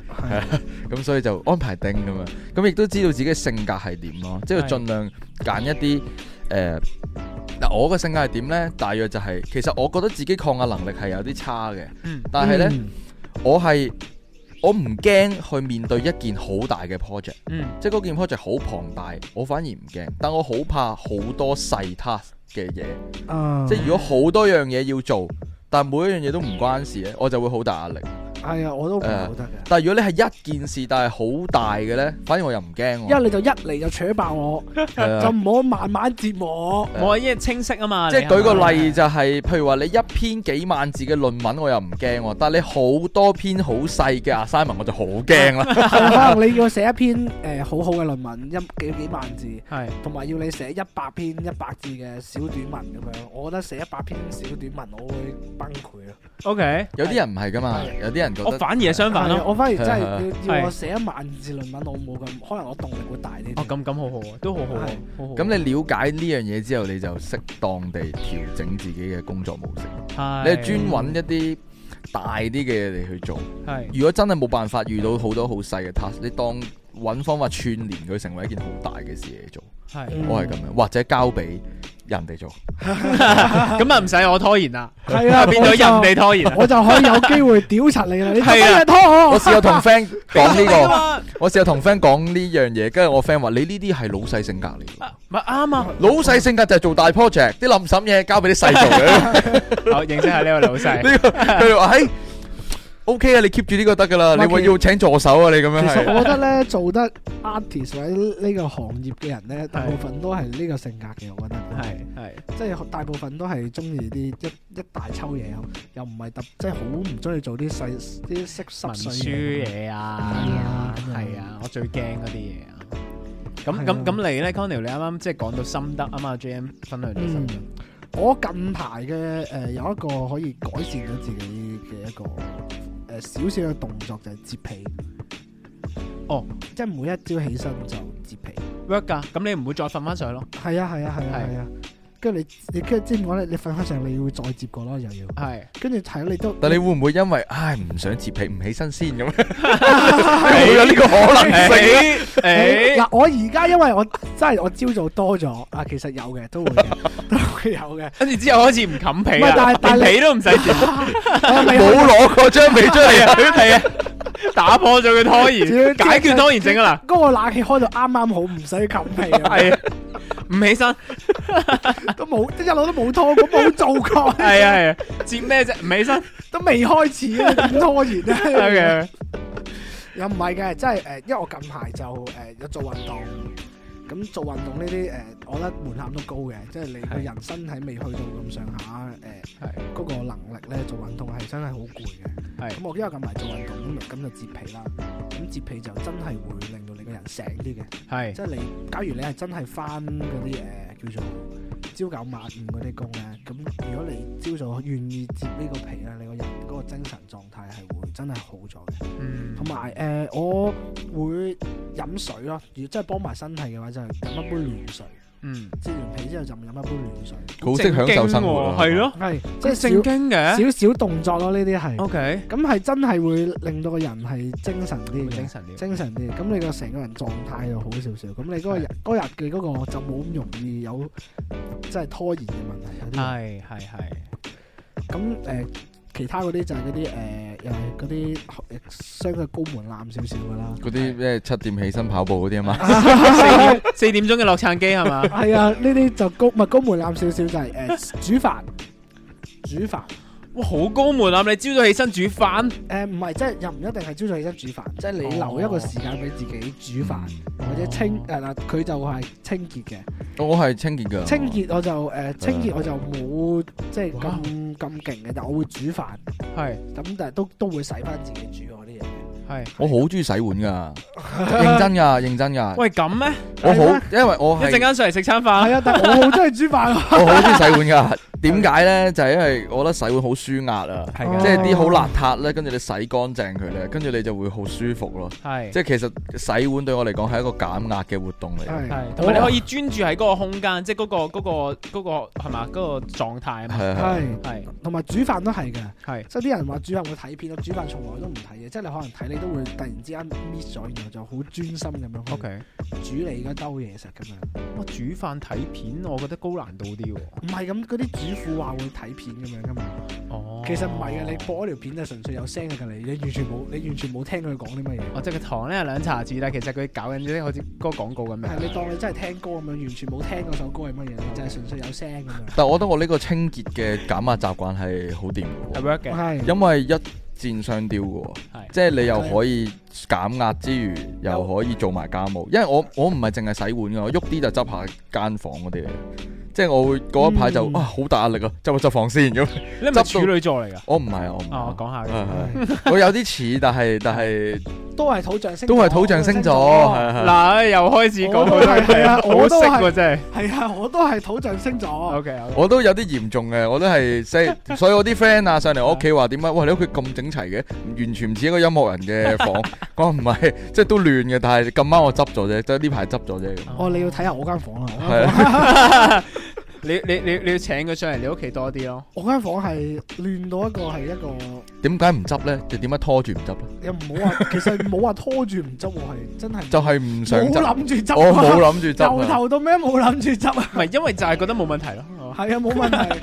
咁所以就安排定咁樣，咁亦都知道自己嘅性格係點咯，即係
係
盡量揀一啲誒嗱，我嘅性格係點呢？大約就係、其實我覺得自己抗壓能力係有啲差嘅，
嗯
但係呢，我係我唔驚去面對一件好大嘅 project，
嗯
即係嗰件 project 好龐大，我反而唔驚，但我好怕好多細 task 嘅嘢。
啊，
哦
即係如果好多樣嘢要做，但每一樣嘢都唔關事咧，我就會好大壓力。
係啊，我都唔好得嘅。
但係如果你係一件事，但係好大嘅咧，反而我又唔驚
一
喎。
嚟就一嚟就扯爆我，
係
就
啊
唔好慢慢折磨我。
我已經清晰啊嘛。
即係
你
舉
係咪
個例就係、譬如話你一篇幾萬字嘅論文，我又唔驚喎，但係你好多篇好細嘅 assignment，我就好驚
[laughs]
啦。
可能你要寫一篇誒好好嘅論文，一幾幾萬字，
係
同埋要你寫一百篇一百字嘅小短文咁樣。我覺得寫一百篇小短文，我會崩潰咯。
OK，
有啲人唔係噶嘛，有啲人覺
啊我
得
反而係相反
係啊
咯。
我反而真係
係
要
係
要我寫一萬字論文，我冇咁，可能我動力會大啲。
哦，咁咁好好啊，都好好啊
係，
好好啊。
咁你了解呢樣嘢之後，你就適當地調整自己嘅工作模式。
係
你係專揾一啲大啲嘅嘢嚟去做。 [laughs]
係
如果真係冇辦法遇到好多好細嘅 task，你當揾方法串連佢成為一件好大嘅事嚟做，
係
嗯
我係咁樣，或者交俾人哋做。
咁啊，唔使我拖延啦，
係啊，
[laughs] 變咗人哋拖延啦。
我就可以有機會屌柒你啦！你做
係啊
乜嘢拖我
我？試過同 friend [laughs] 講呢
啊
[laughs] 個，我試過同 friend 講呢樣嘢，跟住我 friend 話：你呢啲係老細性格嚟㗎。
咪啱啊！
老細性格就係做大 project，啲冧審嘢交俾啲細做
[laughs]
嘅。
好認識下呢位老細。
呢個佢哋話：，嘿，OK 啊，你 keep 住呢個得㗎啦。你話要請助手啊，你咁樣
其實
係。
我覺得咧，做得 artist 或者呢個行業嘅人咧，大部分都係呢個性格嘅。我覺得
係係
即係大部分都係中意啲一一大抽嘢，又唔係特即係好唔中意做啲細啲識濕
文
碎
書
嘢。
嘢
係
啊
啊，
係啊，我最驚嗰啲嘢啊。咁
係啊
咁咁你咧 c o n n y 你啱啱即係講到心得啊嘛，JM 分享咗
嗯
心得。
我近排嘅誒有一個可以改善咗自己嘅一個誒少少嘅動作就係摺被。
哦，
即係每一朝起身就摺被。
work 噶，咁你唔會再瞓翻上咯。
係啊係啊係啊
係
係啊！跟住你你跟住之唔講咧，你瞓翻上你會再摺過咯，又要。
係
跟住睇你都。
但你會唔會因為唉唔想接皮唔起身先咁樣？
[laughs]
會有呢個可 [laughs] 能性啊？
誒
誒
誒
嗱，我而家因為我真係我朝早多咗啊，其實有嘅，都會嘅，
[laughs]
都會有嘅。
跟住之後開始唔冚被
唔係但
啦
係，但係
連
你
被都唔使住。
我咪 [laughs]
冇攞過張被出嚟啊！
係啊，打破咗佢拖延，
屌
解決拖延症啊啦！
嗰個冷氣開到啱啱好，唔使冚被啊，
系唔起身，
都冇，一路都冇拖過，冇做過，
係啊係啊，接咩啫？唔起身
都未開始啊，點拖延啊？
，OK，
又唔係嘅，即係誒，因為我近排就誒有做運動，咁做運動呢啲誒，我覺得門檻都高嘅，即係你個
係
人身體未去到咁上下
係
誒，嗰個能力咧做運動係真係好攰嘅。
係
咁我因為近排做運動咁就咁就折皮啦，咁折皮就真係會令到你個人醒啲嘅。
係
即係你，假如你係真係翻嗰啲誒叫做朝九晚五嗰啲工咧，咁如果你朝早願意接呢個皮咧，你個人嗰個精神狀態係會真係好咗嘅。
嗯
同埋誒，我會飲水咯，如果真係幫埋身體嘅話，就係飲一杯暖水，
嗯，
接完皮之後就飲一杯暖水，
好識享受生活啊
系，咯，
係即
即
係
係正
少
經嘅
少哦少動作咯，呢啲係。
，OK，
咁係真係會令到個人係精神啲嘅
精。神啲，
精神啲，咁你個成個人狀態又好少少，咁你嗰個日嗰日嘅嗰個就冇咁容易有即係拖延嘅問題有啲。
係係係，
咁誒、呃其他嗰啲就係嗰啲誒又係嗰啲呃相對高門檻少少噶啦。
嗰啲咩七點起身跑步嗰啲啊嘛，
四點四點鐘嘅洛杉磯係嘛？
係啊，呢啲就高唔係高門檻少少就係、呃煮飯。煮飯
哇，好高門啊！你朝早起身煮飯，
誒呃唔係，即係又唔一定係朝早起身煮飯，即係你
哦
留一個時間俾自己煮飯或者清誒嗱，佢就係清潔嘅。
我係清潔㗎。
清潔我就誒、呃清潔我就冇即係咁咁勁嘅，但我會煮飯，
係
咁但係都都會洗翻自己煮嗰啲嘢嘅。
係，
我好中意洗碗㗎，認真㗎，認真㗎。
喂咁咩？
我好
係咩，
因為我
一陣
係。
間上嚟食餐飯
係，啊，但係我好中意煮飯 [laughs] 啊
我好中意洗碗㗎。點解咧？就係因為我覺得洗碗好舒壓啊，
係
哦
即係啲好邋遢咧，跟住你洗乾淨佢咧，跟住你就會好舒服咯。
係
即係其實洗碗對我嚟講係一個減壓嘅活動嚟
係
嘅。
係，同埋你可以專注喺嗰個空間，即係嗰個嗰個嗰個係嘛嗰個狀態啊嘛，
係係
係，
係
同埋煮飯都係嘅。
係
即係啲人話煮飯會睇片，我煮飯從來都唔睇嘅，即係你可能睇你都會突然之間 miss 咗，然後就好專心咁樣去
OK。
煮你嗰兜嘢食咁樣。
哇，煮飯睇片，我覺得高難度啲喎。
唔係咁，嗰啲主婦話會睇片咁樣噶嘛。
哦
其實唔係啊嘅，你播嗰條片就純粹有聲嘅㗎，你你完全冇，你完全冇聽佢講啲乜嘢。
哦，即係個糖咧係兩茶匙，但係其實佢搞緊啲好似嗰個廣告咁
係
樣。
你當你真係聽歌咁樣，完全冇聽嗰首歌係乜嘢，你就係純粹有聲咁樣。
但我覺得我呢個清潔嘅減壓習慣係好掂嘅
係
喎，
work 嘅，
係
因為一箭雙雕嘅喎
係，
即係你又可以減壓之餘，又可以做埋家務。因為我我唔係淨係洗碗嘅，我喐啲就執下間房嗰啲嚟嘅，即係我會嗰一排就
嗯
啊好大壓力啊，執下執房先咁。
你係咪
執到
處女座嚟㗎？
我唔係啊，我唔係
啊，我
啊。
講下嘅。
係係我有啲似，但係但係
都係土象星
都
座，
係土象星座，係係
嗱，又開始講
我都係係啊
好
我都
識
係
喎，真係。哦
係啊，我都係土象星
[laughs]
座。
OK，
我都有啲嚴重嘅，我都
[laughs]
係即係，所以我啲 friend 啊上嚟我屋企話點解？哇！你屋企咁整齊嘅，完全唔似一個音樂人
[laughs]
嘅房。我話唔係，即係都亂嘅，但係咁啱我執咗啫，即係呢排執咗啫。
哦，你要睇下我間房啦。
係啊，
你你你你要請佢上嚟你屋企多啲咯。
我間房係亂到一個係一個，
點解唔執咧？就點解拖住唔執咧？
又唔好
[laughs]
話，其實冇話拖住唔執，我係真係
就係唔想
冇
執，
諗住執。啊
我冇，
[laughs]
諗住
由
執啊。
頭到尾冇諗住執啊。
唔係因為就係覺得冇問題
哦
咯。哦
係啊，冇問
[laughs]
題。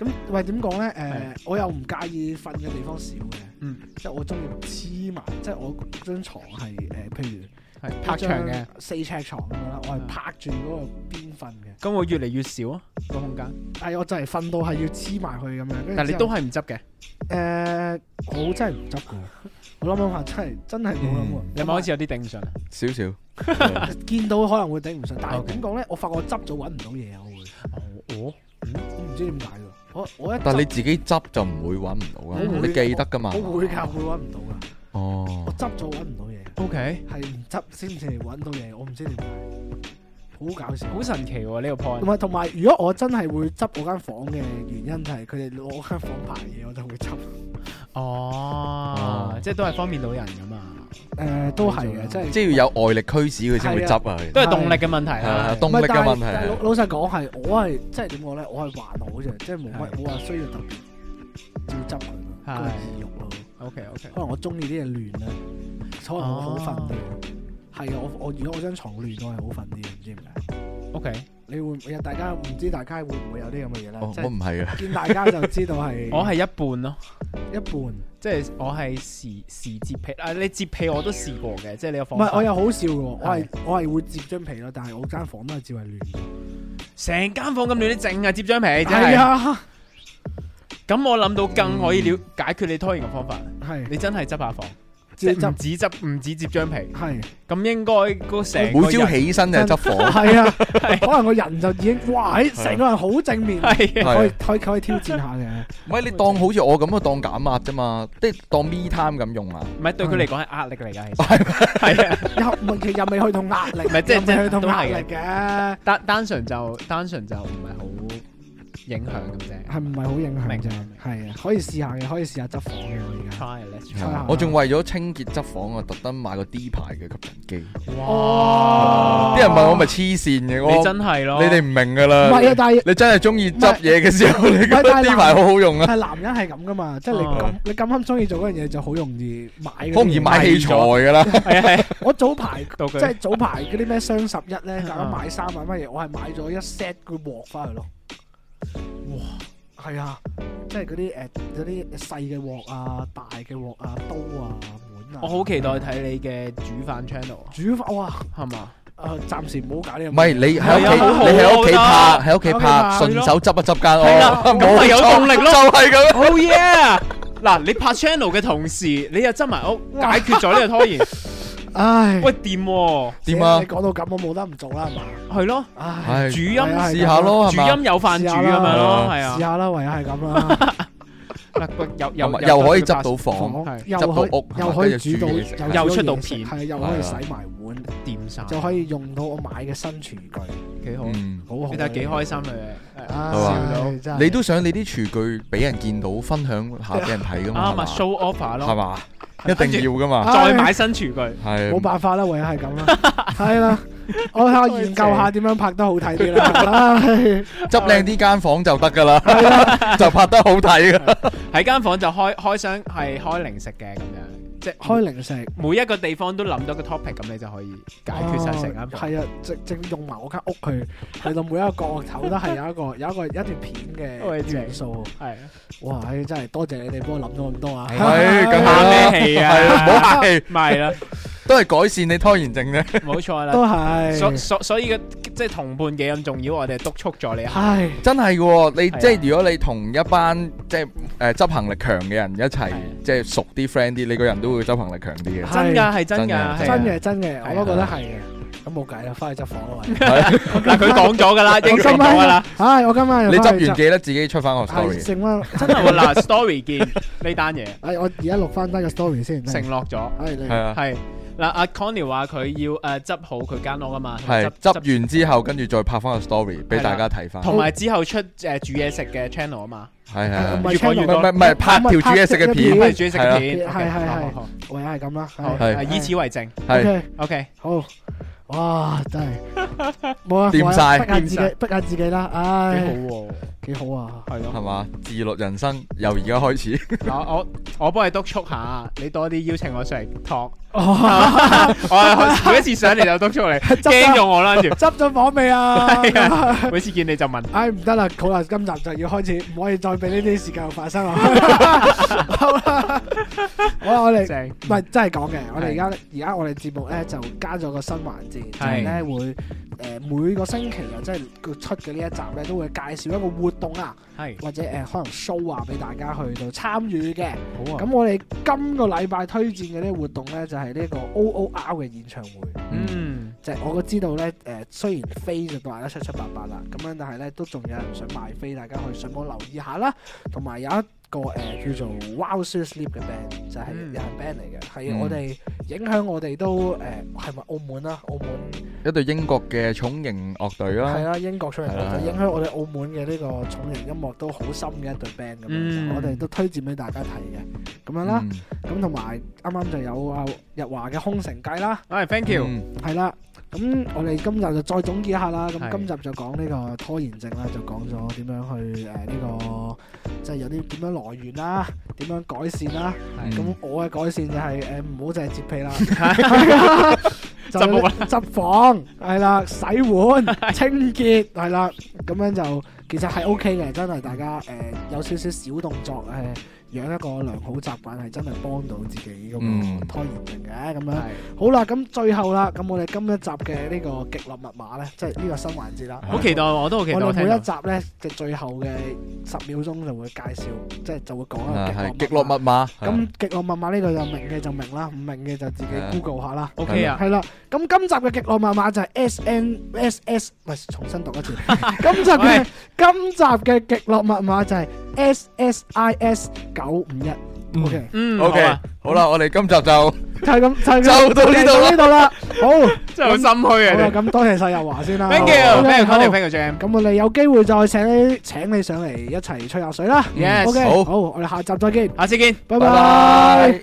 咁喂，點講咧？誒，我又唔介意瞓嘅地方少嘅，
嗯
即係我中意黐埋，即係我張床係誒，譬如。
係拍牆嘅，，
四尺床咁樣啦，我係
嗯
拍住嗰個邊瞓嘅，
咁我越嚟越少啊個空間。
但係我就係瞓到係要黐埋去咁樣。跟住
但
之
係你
後
都係唔執嘅，
誒，我真係唔執嘅，我諗諗下真係真係冇諗過。
你係咪好嗯似有啲頂唔順啊？
少少，
見到可能會頂唔順，但係
OK
點講咧？我發覺我執咗揾唔到嘢啊，我會，
哦，
我唔知點解喎。我我一
但係你
執
自己執就唔會揾唔到啊！
我會
你記得㗎嘛？
嗯
我會㗎，會揾唔到㗎。
哦
我，執咗揾唔到嘢，
O K，
係唔執先至揾到嘢，我唔知點解，好搞笑。
好神奇喎呢個 point
同。埋同埋，如果我真係會執我間房嘅原因就係佢哋攞我間房排嘢，我就會執。
哦
哦，
即係都係方便到人噶嘛，
誒、都係嘅，即係
即係要有外力驅使佢先會執啊。其實
都係動力嘅問題
係啊
啦。
動力嘅
但係
問題
但係
係
老老實講係，我係即係點講咧？我係還好啫，即係冇乜，我話需要特別要執佢咯，
係
嗰個意欲咯。
O K O K，
可能我中意啲嘢亂啊咧，可能
哦
我好瞓啲。係啊，我我如果我張床亂，我係好瞓啲嘅，唔知點解。
O K，
你會唔會？大家唔知大家會唔會有啲咁嘅嘢咧？
我
即
哦我
係
唔係嘅，啊
見大家就知道係
[laughs] 我係一半咯，
一半。
即係我係時時接屁啊！你接屁我都試過嘅，即係你有
唔
放
係，我又好笑嘅喎，我係
係
我係會接張被咯，但係我間房都係照係亂嘅。
成間房咁亂，你淨係接張被真
係
係。
啊，
咁我諗到更可以了解決你拖延嘅方法，
係
你真係執下房，即
接
係唔
執
止執唔止接張被，
係
咁應該嗰成
每
個
朝
人
起身就係
[laughs]
執房，
係啊，可能個人就已經哇，咦成個人好正面，
係啊
可以
係
可以可以挑戰下嘅。
唔係你當好似我咁啊，當減壓啫嘛，即係當 me time 咁用啊。
唔係對佢嚟講係壓力嚟㗎，其實 [laughs] 係啊。
又唔係其實又未去到壓力，
唔係即係
又未去到
都係
壓力嘅，
單單純就單純就唔係好影響咁啫。
係唔係好影響
明
啫
白明？
係啊，可以試下嘅，可以試下執房嘅我而家。
Try it, let's
係啊
我仲為咗清潔執房啊，特登買個 D 牌嘅吸塵機。
try。
哦
啲人問我咪黐線嘅，我
你真係咯，
你哋唔明㗎
唔
啦。
係啊，但係
你真係中意執嘢嘅時候，你覺
係
得
但係
D 牌好好用啊？
但係男人係咁噶嘛，即係你咁你咁啱中意做嗰樣嘢就好容易買嗰啲嘢。
哦好唔易買器材㗎啦，
[laughs] 係
[laughs]
啊係啊
我早排
道具
即係早排嗰啲咩雙十一咧，
[laughs]
大家買衫啊乜嘢，我係買咗一 set 嘅鑊翻去咯。哇！係啊，即係嗰啲誒嗰啲細嘅鑊啊、大嘅鑊啊、刀啊、碗啊。
我好期待睇你嘅煮飯 channel，啊
煮飯哇！
係嘛？
誒，暫時唔好搞呢樣嘢。
唔係你喺屋
係啊好好
企，
啊
你喺屋
我
企拍，喺屋企
喺屋企
拍，
拍
順手執一執間
係啦
屋，
咁咪有
錯
動力咯
就係
[laughs]
咁。
Oh yeah！嗱，你拍 channel 嘅同時，你又執埋屋，解決咗呢個拖延。
唉，
喂，掂喎，
點啊
你講到咁，我冇得唔做啦，係嘛？
係咯，
唉，
唉
主音
係啊
試下咯，
主
係嘛？
音有飯煮
試下
咁
啦
樣咯，係
試
啊，
下啦，唯有係咁
[laughs]
啦。
嗱喂又
又
又
又可以執
得
到房，
房
係
又
執
可
到
以
屋
又可以
跟住
煮到
煮嘢食
又出
到
到
片，
片
係啊又可以洗
係啊
埋碗，
掂晒，
就可以用到我買嘅新廚具，好
幾好。
嗯，
好。啊
你睇幾開心啊佢，係
唉，
係
嘛
真係
你都想你啲廚具俾人見到，分享下俾人睇㗎嘛？
啱
係
啊
嘛
，show offer
係
咯，啊
嘛？一定要㗎嘛？
再買新廚具。
係
冇辦法啦，唯有係咁啦，係啦，我睇下研究下點樣拍得好睇啲啦。唉
執靚啲間房就得㗎啦， [laughs] 就拍得好睇㗎。
喺間房就開開箱係開零食嘅咁樣，即係
開零食
每一個地方都諗到個 topic，咁你就可以解決晒成間房。
係啊，直直用埋我間屋佢，去到每一個角頭都係有一個有一個一段片嘅
喂正
元素。
係啊
哇！唉真係多謝你哋幫我諗咗咁多啊。
係梗係
拍
啦，
咩戲
係
啊？
啦
[laughs]
唔好客氣，
咪係啦，
都係改善你拖延症啫。
冇錯啦。
[laughs] 都係。
所所所以嘅即係同伴幾咁重要，我哋督促咗你啊。
唉，
真係嘅喎，你
係啊
即係如果你同一班即係誒執行力強嘅人一齊
係啊，
即係熟啲 friend 啲，你個人都會執行力強啲嘅。
真㗎係真㗎
真
係
㗎
真
㗎。
嘅真嘅，
啊
我都覺得係嘅。咁冇計啦，翻去執房啦。喂
嗱佢講咗㗎啦，
我
應承
今
咗㗎啦
晚。，唉，我今晚又
你
返去
執完記得自己出翻個
啊係
story。
剩翻，
[laughs] 真係喎嗱，story 見呢單嘢
唉，我而家錄翻低個 story 先。
承諾咗，
唉，你
係啊，
係嗱阿 Connie 話佢要誒呃執好佢間屋啊嘛，同埋
係執完之後，跟住再拍翻個 story 俾
係
大
啦
家睇翻。
同埋之後出誒煮嘢食嘅 channel 啊嘛，
係
唔
係係
係
越講越
唔
channel，
多
係唔係拍條煮嘢食嘅
唔
因為
片，
係
煮嘢食
係啦
嘅片，
係係係
好。
唯有係咁啦。
好，
係
啊以此為證。
係
OK，
OK，
好。哇，真係冇啊！
掂
冇啊
晒
逼下自
掂晒
己，逼下自己啦。
幾
唉，
喎，
幾好啊！
係
係
咯。
嘛？自律人生由而家開始，
嗱，我我幫你督促下，你多啲邀請我上嚟托。
哦，
[laughs] 我每一次上嚟就督促你，
真㗎
驚咗我啦，跟住
執咗房未啊？
每次見你就問。
唉，唔得啦，好啦，今集就要開始，唔可以再俾呢啲事間發生啊！好啦，好啦，我哋
正
唔係真係講嘅，我哋而家而家我哋節目咧就加咗個新環節，就係咧會誒呃每個星期啊，即係佢出嘅呢一集咧，都會介紹一個活動啊，
係
或者誒可能 show 啊，俾大家去到參與嘅。
好啊。
咁我哋今個禮拜推薦嘅呢個活動咧，就係呢個 OOR 嘅演唱會。
嗯，
就係我知道咧，誒、雖然飛就賣得七七八八啦，咁樣但係咧都仲有人想買飛，大家去上網留意下啦。同埋有一個誒、叫做 Wow s u Sleep 嘅 band，就係有
嗯
人 band 嚟嘅，係、啊
嗯
我哋影響我哋都誒係咪澳門啊啦？澳門
一隊英國嘅重型樂隊
係啊
啦，
啦，英國出嚟
啊係啦係啦
嘅，影響我哋澳門嘅呢個重型音樂都好深嘅一隊 band 咁樣，
嗯
我哋都推薦俾大家睇嘅咁樣啦。
嗯
咁同埋啱啱就有啊日華嘅空城計啦，
喂，thank you。
嗯
係啦，咁我哋今集就再總結一下啦。咁
係
今集就講呢個拖延症啦，就講咗點樣去誒呃呢、個，即係有啲點樣來源啦，點樣改善啦。
嗯
咁我嘅改善就係誒唔好淨係接屁
[laughs]
啦，就
執屋啦
執房係啦，洗
[laughs]
碗、清潔係啦，咁樣就其實係 O K 嘅，真係大家誒、有少少小動作誒。養一個良好習慣係真係幫到自己嗰
嗯
個拖延症嘅咁樣。好啦，咁最後啦，咁我哋今一集嘅呢個極樂密碼咧，即係呢個新環節啦。
好期待，我都好期待
我哋
聽
每一
到。
集咧嘅最後嘅十秒鐘就會介紹，即係就會講
啊
一個
係
極
極
樂
樂
密碼。
密碼，係
咁極樂密碼呢個就明嘅就明啦，唔明嘅就自己
係
Google 下啦。
O K 啊，
係啦，咁今集嘅極樂密碼就係 S N S S，喂，重新讀一次。 [laughs] 今集嘅
喂
今集嘅極樂密碼就係 S S I S 九五一。O K。
嗯
OK，
好啊
好啦，我哋今集就
就係咁，就係咁
就到呢度啦
就到呢度啦。好，
真係好心虛啊
好啦，
你。
咁多謝晒日華先啦。
Thank
好啊
you，thank
好
you，thank you，Jam。
咁我哋有機會再請請你上嚟一齊吹下水啦。
Yes，
OK，
好
好，我哋下集再見，
下次見。
拜
拜拜。